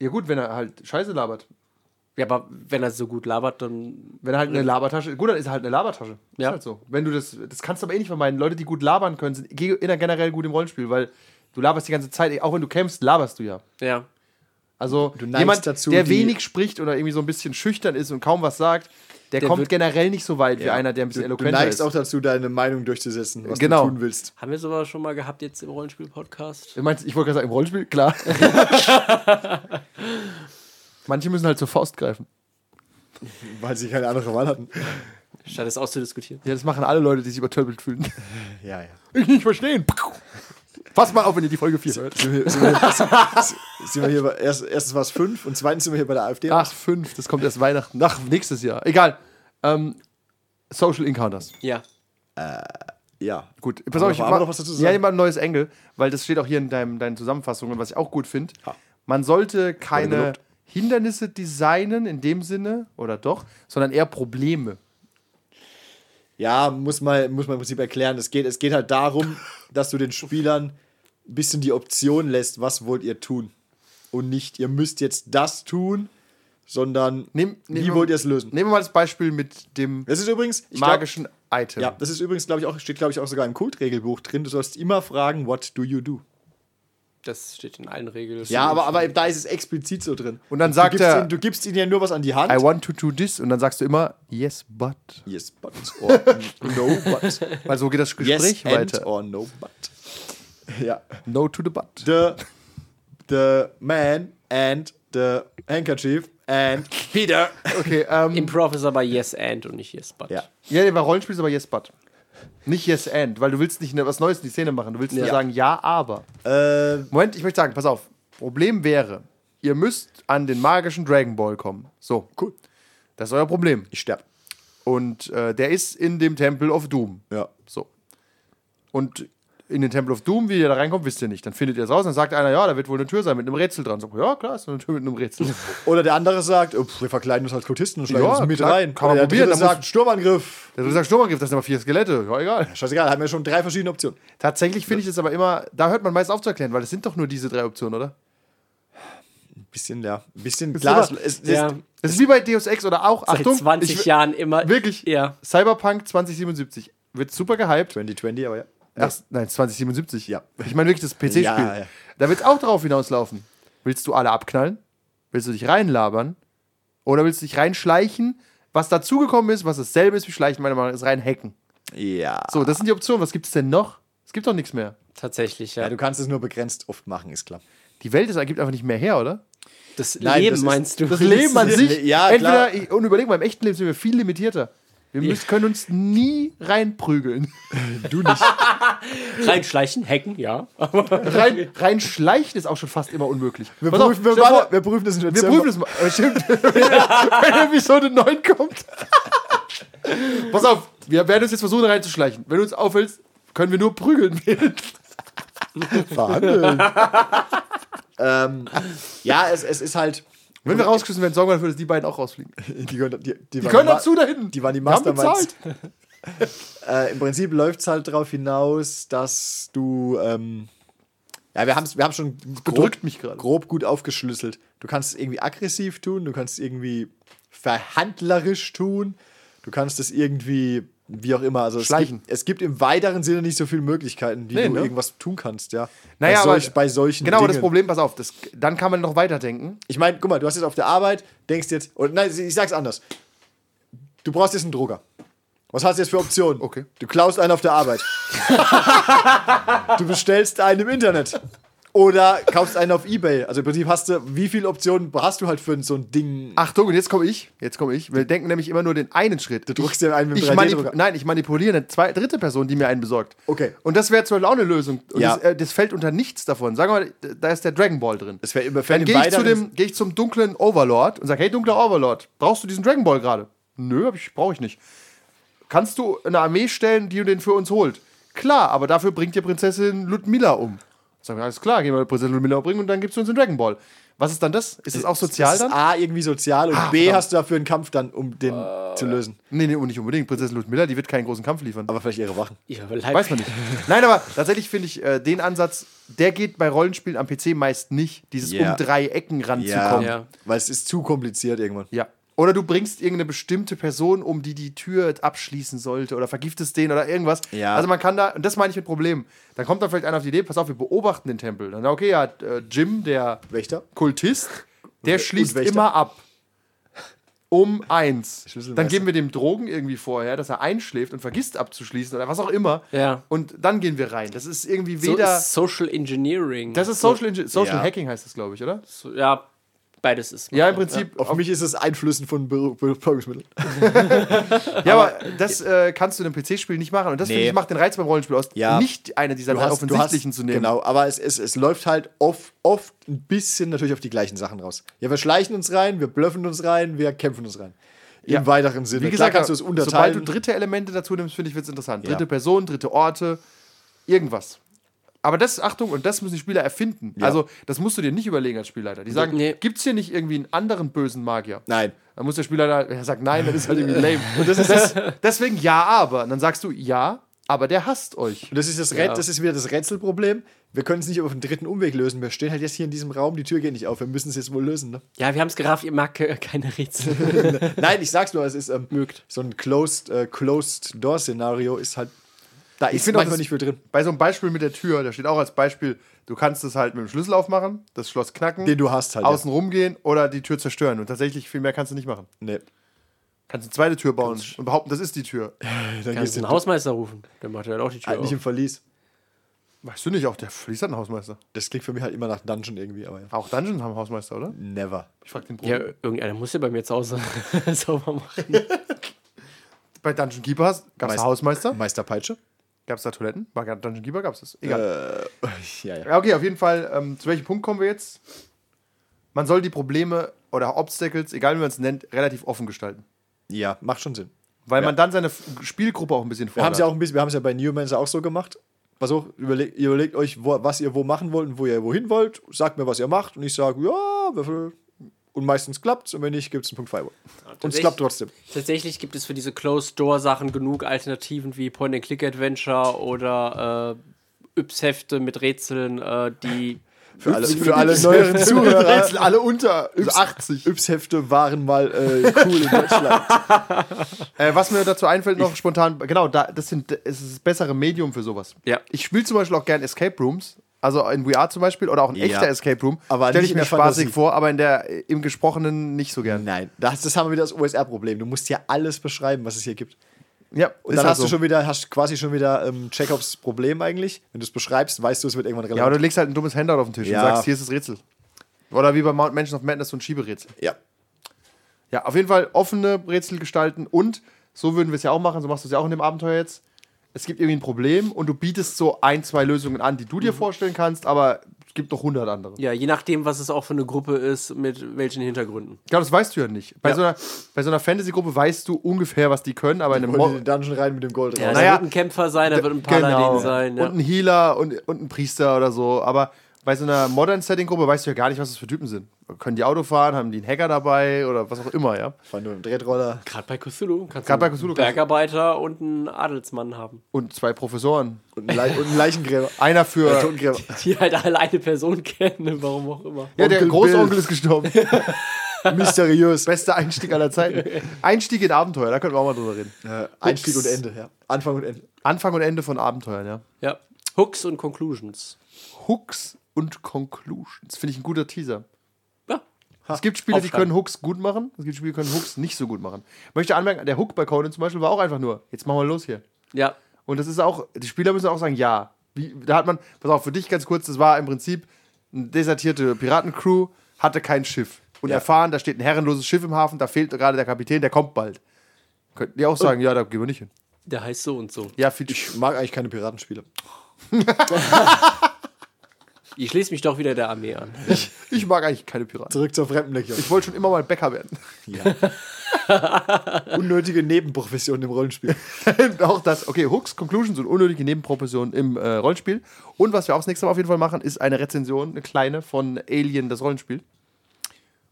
Ja gut, wenn er halt Scheiße labert.
Ja, aber wenn er so gut labert, dann.
Wenn er halt eine Labertasche, gut, dann ist er halt eine Labertasche.
Ja.
Ist halt so. Wenn du das, das kannst du aber eh nicht vermeiden. Leute, die gut labern können, sind ge- in- generell gut im Rollenspiel, weil du laberst die ganze Zeit, auch wenn du kämpfst, laberst du ja.
Ja.
Also
neigst
jemand,
dazu,
der
die-
wenig spricht oder irgendwie so ein bisschen schüchtern ist und kaum was sagt, der,
Der
kommt
wird-
generell nicht so weit wie
Ja.
einer, der ein bisschen
du, du
eloquenter
neigst
ist.
auch dazu, deine Meinung durchzusetzen, was
Genau.
du tun willst.
Haben wir sowas schon mal gehabt jetzt im Rollenspiel-Podcast?
Du meinst, ich wollte gerade sagen, im Rollenspiel, klar. Manche müssen halt zur Faust greifen.
Weil sie keine andere Wahl hatten.
Statt es auszudiskutieren.
Ja, das machen alle Leute, die sich übertölpelt fühlen.
Ja, ja.
ich nicht verstehen. Fasst mal auf, wenn ihr die Folge 4 hört.
Sind wir, sind wir, sind, sind wir hier bei, erst, erstens war es fünf und zweitens sind wir hier bei der AfD.
Ach, fünf, das kommt erst Weihnachten. Nach nächstes Jahr. Egal. Ähm, Social Encounters.
Ja.
Ja.
Gut, pass auf,
wir-
ich
haben
mach-
wir noch was dazu zu
Ja,
sagen?
ich mach ein neues Engel, weil das steht auch hier in deinem, deinen Zusammenfassungen, was ich auch gut finde.
Ja.
Man sollte
Wurde
keine
gelobt.
Hindernisse designen in dem Sinne, oder doch, sondern eher Probleme.
Ja, muss man, muss man im Prinzip erklären. Es geht, es geht halt darum, dass du den Spielern ein bisschen die Option lässt, was wollt ihr tun. Und nicht, ihr müsst jetzt das tun, sondern
Nehm- nehmen
wie
wir-
wollt ihr es lösen.
Nehmen wir mal das Beispiel mit dem
Das ist übrigens, ich glaub,
magischen Item.
ja, das ist übrigens, glaube ich, auch, steht, glaube ich, auch sogar im Kultregelbuch drin. Du sollst immer fragen, what do you do?
Das steht in allen Regeln.
Ja, aber, aber da ist es explizit so drin.
Und dann
du
sagt
gibst
er-
ihm, du gibst ihnen ja nur was an die Hand.
I want to do this und dann sagst du immer yes but,
yes, but or no, but.
weil so geht das Gespräch
yes, and oh.
weiter.
or no, but. Ja.
No to the but.
The, the man and the handkerchief and Peter.
Okay, ähm,
Improv ist aber Yes and und nicht Yes but.
Ja.
Ja, nee, bei Rollenspiel ist aber Yes, but. Nicht Yes, and, weil du willst nicht ne- was Neues in die Szene machen. Du willst nur
Ja.
sagen, ja, aber.
Äh,
Moment, ich möchte sagen, pass auf. Problem wäre, ihr müsst an den magischen Dragon Ball kommen. So,
cool.
das ist euer Problem.
Ich sterb.
Und äh, der ist in dem Temple of Doom.
Ja.
So. Und in den Temple of Doom, wie ihr da reinkommt, wisst ihr nicht. Dann findet ihr es raus, dann sagt einer, ja, da wird wohl eine Tür sein mit einem Rätsel dran. So, ja, klar, ist eine Tür mit einem Rätsel.
Oder der andere sagt, "Oh, pff, wir verkleiden uns als Kultisten und schlagen
Ja,
uns mit
klar,
rein.
kann man
Oder der
probieren,
dritte
da muss-
sagt, Sturmangriff.
der sagt, Sturmangriff, das sind aber vier Skelette. Ja, egal.
Scheißegal, haben wir schon drei verschiedene Optionen.
Tatsächlich finde ich es aber immer, da hört man meist auf zu erklären, weil es sind doch nur diese drei Optionen, oder?
Ein bisschen, ja. Ein bisschen
Ist
klar.
immer-
es- es-
Ja.
Das ist wie bei Deus Ex oder auch,
Seit
Achtung,
20
ich,
Jahren immer.
wirklich,
Ja.
Cyberpunk 2077 wird super gehypt.
2020, aber ja.
Ach, nein, 2077.
Ja.
Ich meine wirklich das PC-Spiel.
Ja, ja.
Da wird es auch drauf hinauslaufen. Willst du alle abknallen? Willst du dich reinlabern? Oder willst du dich reinschleichen? Was dazugekommen ist, was dasselbe ist wie Schleichen, meiner Meinung nach, ist reinhacken.
Ja.
So, das sind die Optionen. Was gibt es denn noch? Es gibt doch nichts mehr.
Tatsächlich, ja.
ja. Du kannst es nur begrenzt oft machen, ist klar.
Die Welt ist, gibt einfach nicht mehr her, oder?
das
nein,
Leben
das ist-
meinst du?
Das Leben an sich,
Ja,
entweder,
klar.
ich- und überleg mal, im echten Leben sind wir viel limitierter. Wir müssen, können uns nie reinprügeln.
Du nicht.
Reinschleichen, hacken, ja.
rein, rein schleichen ist auch schon fast immer unmöglich.
Wir
Pass auf,
prüfen, wir,
stell dir
warte,
vor,
wir prüfen das in
wir
Dezember.
prüfen das mal. Äh, Stimmt, wenn Episode 9 kommt. Pass auf, wir werden uns jetzt versuchen reinzuschleichen. Wenn du uns aufhältst, können wir nur prügeln.
verhandeln. ähm, ja, es, es ist halt.
Wenn wir rausgeschissen werden, sorgen wir dafür, dass die beiden auch rausfliegen.
Die, gehören- die, die,
Die können dazu da hinten.
Die waren die
Wir haben
Masterminds.
bezahlt.
Äh, Im Prinzip läuft es halt darauf hinaus, dass du. Ähm, ja, wir haben es wir haben's schon
bedrückt mich gerade.
grob gut aufgeschlüsselt. Du kannst es irgendwie aggressiv tun, du kannst es irgendwie verhandlerisch tun, du kannst es irgendwie wie auch immer. Also es
Schleichen.
gibt, es gibt im weiteren Sinne nicht so viele Möglichkeiten, die
Nee,
du
ne?
irgendwas tun kannst, ja.
Naja,
bei,
aber-
solch, bei solchen
Genau, aber
Dingen.
das Problem, pass auf, das, dann kann man noch weiterdenken.
Ich meine, guck mal, du hast jetzt auf der Arbeit, denkst jetzt, oder nein, ich sag's anders. Du brauchst jetzt einen Drucker. Was hast du jetzt für Optionen?
Okay.
Du klaust einen auf der Arbeit. du bestellst einen im Internet. Oder kaufst einen auf Ebay. Also im Prinzip hast du, wie viele Optionen hast du halt für so ein Ding?
Achtung, und jetzt komme ich. Jetzt komme ich. Wir denken nämlich immer nur den einen Schritt. Du
druckst dir einen mit dem
ich
3D-Drucker.
manip- Nein, ich manipuliere eine zwei, dritte Person, die mir einen besorgt.
Okay.
Und das wäre zum Beispiel auch eine Lösung. Und
Ja.
das, äh, das fällt unter nichts davon. Sagen wir mal, da ist der Dragon Ball drin.
Das wär- überfällt
Dann
im
gehe ich, zu
weiteren-
dem- geh ich zum dunklen Overlord und sage, hey, dunkler Overlord, brauchst du diesen Dragon Ball gerade? Nö, hab ich, brauche ich nicht. Kannst du eine Armee stellen, die den für uns holt? Klar, aber dafür bringt ihr Prinzessin Ludmilla um. Sagen wir, alles klar, gehen wir Prinzessin Ludmilla umbringen und dann gibst du uns den Dragon Ball. Was ist dann das? Ist das auch sozial
das Äh, ist
dann? Ah,
A, irgendwie sozial und B,
verdammt.
hast du dafür einen Kampf dann, um den zu lösen.
Nee, nee, nicht unbedingt. Prinzessin Ludmilla, die wird keinen großen Kampf liefern.
Aber vielleicht ihre Wachen.
Ihre Leib
Weiß man nicht. Nein, aber tatsächlich finde ich äh, den Ansatz, der geht bei Rollenspielen am PC meist nicht, dieses
Ja.
um drei Ecken ranzukommen. Ja.
Ja.
Weil es ist zu kompliziert irgendwann.
Oder du bringst irgendeine bestimmte Person um, die die Tür abschließen sollte oder vergiftest den oder irgendwas.
Ja.
Also man kann da, und das meine ich mit Problemen. Dann kommt dann vielleicht einer auf die Idee, pass auf, wir beobachten den Tempel. Dann, okay, ja, äh, Jim, der
Wächter?
Kultist, der schließt
Wächter.
immer ab. Um eins.
Schlüsselmeister.
Dann geben wir dem Drogen irgendwie vorher, dass er einschläft und vergisst abzuschließen oder was auch immer.
Ja.
Und dann gehen wir rein. Das ist irgendwie
so
weder.
ist Social Engineering.
das ist Social, Engi- Social
Ja.
Hacking, heißt das, glaube ich, oder?
So, ja, beides ist.
Ja, im Prinzip.
Auf mich ist es Einflüssen von Betäubungsmitteln.
Ja, aber das äh, kannst du in einem PC-Spiel nicht machen. Und das, finde
Nee.
ich, macht den Reiz beim Rollenspiel aus,
Ja.
nicht eine dieser drei halt offensichtlichen zu nehmen.
Genau, aber es, es, es läuft halt oft, oft ein bisschen natürlich auf die gleichen Sachen raus. Ja, wir schleichen uns rein, wir blöffen uns rein, wir kämpfen uns rein. Im weiteren Sinne.
Wie gesagt,
Klar kannst du es unterteilen.
sobald du dritte Elemente dazu nimmst, finde ich, wird es interessant.
Ja.
Dritte Person, dritte Orte, irgendwas. Aber das, Achtung, und das müssen die Spieler erfinden. Also, das musst du dir nicht überlegen als Spielleiter. Die sagen,
Nee.
gibt es hier nicht irgendwie einen anderen bösen Magier?
Nein.
Dann muss der Spielleiter, er sagt nein, dann ist halt irgendwie lame. Und das ist das, deswegen ja, aber. Und dann sagst du ja, aber der hasst euch.
Und das ist, das, Rät- das ist wieder das Rätselproblem. Wir können es nicht auf den dritten Umweg lösen. Wir stehen halt jetzt hier in diesem Raum, die Tür geht nicht auf. Wir müssen es jetzt wohl lösen. Ne?
Ja, wir haben es gerafft, ihr mag äh, keine Rätsel.
Nein, ich sag's nur, es ist ähm,
Mögt.
so ein Closed, äh, Closed Door Szenario ist halt. Da ist
find auch,
manchmal
das-
nicht viel drin.
Bei so einem Beispiel mit der Tür, da steht auch als Beispiel, du kannst es halt mit dem Schlüssel aufmachen, das Schloss knacken,
Den du hast halt.
außen rumgehen oder die Tür zerstören. Und tatsächlich viel mehr kannst du nicht machen.
Ja. Nee.
Kannst eine zweite Tür bauen und behaupten, das ist die Tür.
Dann
Kannst
gehst
du
du
Also einen Hausmeister rufen? Der macht ja halt auch die Tür.
halt nicht im
Auf.
Verlies.
Weißt du nicht, auch der Fließ hat einen Hausmeister.
Das klingt für mich halt immer nach Dungeon irgendwie, aber ja.
Auch Dungeons haben Hausmeister, oder?
Never.
Ich frag den Bruder.
Ja, irgendeiner muss ja bei mir zu Hause sauber machen.
Bei Dungeon Keeper gab es
Meister-
Hausmeister,
Meister Peitsche?
gab es da Toiletten, bei Dungeon Keeper gab es das. Egal.
Äh, Ja, ja.
Ja, okay, auf jeden Fall. Ähm, zu welchem Punkt kommen wir jetzt? Man soll die Probleme oder Obstacles, egal wie man es nennt, relativ offen gestalten.
Ja, macht schon Sinn.
Weil
Ja.
man dann seine F- Spielgruppe auch ein bisschen
Wir
fordert.
haben es ja auch ein bisschen, wir haben es ja bei Newmans auch so gemacht. Versuch, überleg, ihr überlegt euch, wo, was ihr wo machen wollt und wo ihr wohin wollt. Sagt mir, was ihr macht. Und ich sage, ja, Würfel. Und meistens klappt's. Und wenn nicht, gibt's einen Punkt Firewall. Und es klappt trotzdem.
Tatsächlich gibt es für diese Closed-Door-Sachen genug Alternativen wie Point-and-Click-Adventure oder äh, Yps-Hefte mit Rätseln, äh, die.
Für alle, für alle neueren Zuhörer.
Rätsel alle unter 80.
Yps-Hefte waren mal äh, cool in Deutschland.
Äh, was mir dazu einfällt, noch spontan, genau, da, das sind, es ist das bessere Medium für sowas.
Ja.
Ich spiele zum Beispiel auch gern Escape Rooms, also in VR zum Beispiel oder auch ein
Ja.
echter Escape Room.
Aber
stelle
nicht
ich
in
mir
der
spaßig
Fantasie.
vor, aber in der, äh, im Gesprochenen nicht so gern.
Nein, das, das haben wir wieder das OSR-Problem. Du musst ja alles beschreiben, was es hier gibt.
Ja,
Und dann hast du schon wieder, hast quasi schon wieder ähm, Chekhovs Problem eigentlich. Wenn du es beschreibst, weißt du, es wird irgendwann
Ja, oder
relevant.
du legst halt ein dummes Handout auf den Tisch
Ja.
und sagst, hier ist das Rätsel. Oder wie bei Mount Mansion of Madness so ein Schieberätsel.
Ja,
Ja, auf jeden Fall offene Rätsel gestalten und so würden wir es ja auch machen, so machst du es ja auch in dem Abenteuer jetzt. Es gibt irgendwie ein Problem und du bietest so ein, zwei Lösungen an, die du
Mhm.
dir vorstellen kannst, aber es gibt noch hundert andere.
Ja, je nachdem, was es auch für eine Gruppe ist, mit welchen Hintergründen.
Ich glaube, das weißt du ja nicht. Bei
Ja.
so einer, bei so einer Fantasy-Gruppe weißt du ungefähr, was die können, aber in einem
Wollen in
Mo
den Dungeon rein mit dem Gold
Ja, ne?
raus.
da
naja,
wird ein Kämpfer sein, da wird genau. ein Paladin sein. Ja.
Und ein Healer und, und ein Priester oder so. Aber bei so einer Modern-Setting-Gruppe weißt du ja gar nicht, was das für Typen sind. Können die Auto fahren, haben die einen Hacker dabei oder was auch immer, ja.
Fahren nur einen Drehroller.
Gerade bei Cthulhu kannst du
Gerade bei
einen
Cthulhu kannst du-
Bergarbeiter und einen Adelsmann haben,
Und zwei Professoren.
und einen, Le und einen Leichengräber.
Einer für.
Einen Totengräber.
die halt alle eine Person kennen, warum auch immer.
ja, der
Onkel
Großonkel
Bill.
ist gestorben.
Mysteriös.
Bester Einstieg aller Zeiten. Einstieg in Abenteuer, da könnten wir auch mal drüber reden.
Äh, Einstieg und Ende, ja. Anfang und Ende.
Anfang und Ende von Abenteuern, ja.
Ja. Hooks und Conclusions.
Hooks und Conclusions. Finde ich ein guter Teaser.
Ja.
Es gibt Spiele, die
Aufschreiben.
können Hooks gut machen. Es gibt Spiele, die können Hooks nicht so gut machen. Ich möchte anmerken, der Hook bei Conan zum Beispiel war auch einfach nur, jetzt machen wir los hier.
Ja.
Und das ist auch, die Spieler müssen auch sagen, ja. Wie, da hat man, pass auf, für dich ganz kurz, das war im Prinzip eine desertierte Piratencrew, hatte kein Schiff. Und erfahren, da steht ein herrenloses Schiff im Hafen, da fehlt gerade der Kapitän, der kommt bald. Könnten die auch sagen, ja, da gehen wir nicht hin.
Der heißt so und so.
Ja, viel
Ich mag eigentlich keine Piratenspiele.
Ich schließe mich doch wieder der Armee an.
Ich mag eigentlich keine Piraten.
Zurück zur Fremdenlöcher.
Ich wollte schon immer mal Bäcker werden.
Unnötige Nebenprofession im Rollenspiel.
auch das. Okay, Hooks, Conclusions und unnötige Nebenproportionen im äh, Rollenspiel. Und was wir auch das nächste Mal auf jeden Fall machen, ist eine Rezension, eine kleine von Alien, das Rollenspiel.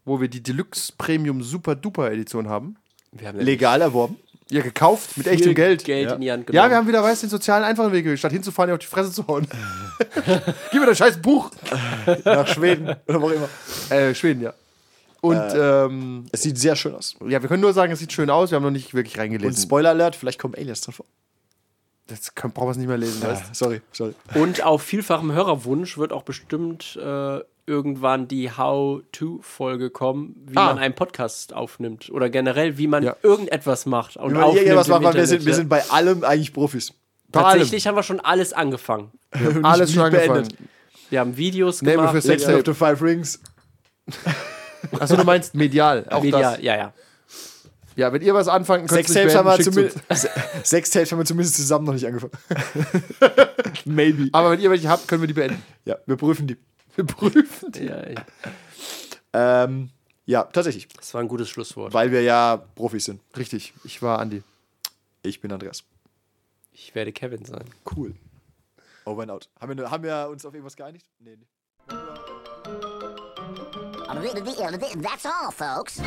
Wo wir die Deluxe Premium Super Duper Edition haben.
Wir haben ja
Legal erworben.
Ja, gekauft mit echtem
viel
Geld.
Geld
Ja.
in die Hand genommen.
Ja, wir haben wieder, weißt du, den sozialen einfachen Weg gewählt, statt hinzufahren, dir auf die Fresse zu hauen. Gib mir das scheiß Buch.
Nach Schweden oder wo auch immer.
Äh, Schweden, ja. Und ähm,
Es sieht sehr schön aus.
ja, wir können nur sagen, es sieht schön aus, wir haben noch nicht wirklich
Und
reingelesen.
Spoiler Alert, vielleicht kommen Aliens drin vor.
Das können, brauchen wir es nicht mehr lesen, weißt du?
Ah, sorry, sorry.
Und auf vielfachem Hörerwunsch wird auch bestimmt äh, irgendwann die How-To-Folge kommen, wie
Ah.
man einen Podcast aufnimmt. Oder generell, wie man
Ja.
irgendetwas macht. Und
Wenn man hier was
im
machen, wir, sind,
Internet,
wir
ja.
sind bei allem eigentlich Profis.
Bei allem.
Tatsächlich haben wir schon alles angefangen.
Alles schon
nicht beendet.
angefangen.
Wir haben Videos
Name
gemacht.
für
Sechs
Ja.
of the Five Rings.
Achso, du meinst medial. Auch
Media,
das.
ja, ja.
Ja, wenn ihr was anfangen könnt,
Sextapes haben, wir zumindest- Se- Sextapes haben wir zumindest zusammen noch nicht angefangen. Maybe.
Aber wenn ihr welche habt, können wir die beenden.
Ja, wir prüfen die.
Wir prüfen die.
ja. ja.
Ähm, ja, tatsächlich.
Das war ein gutes Schlusswort.
Weil wir ja Profis sind.
Richtig, ich war Andi.
Ich bin Andreas.
Ich werde Kevin sein.
Cool. Over and out. Oh, Haben wir, haben wir uns auf irgendwas geeinigt? Nee, nee.
That's all, folks.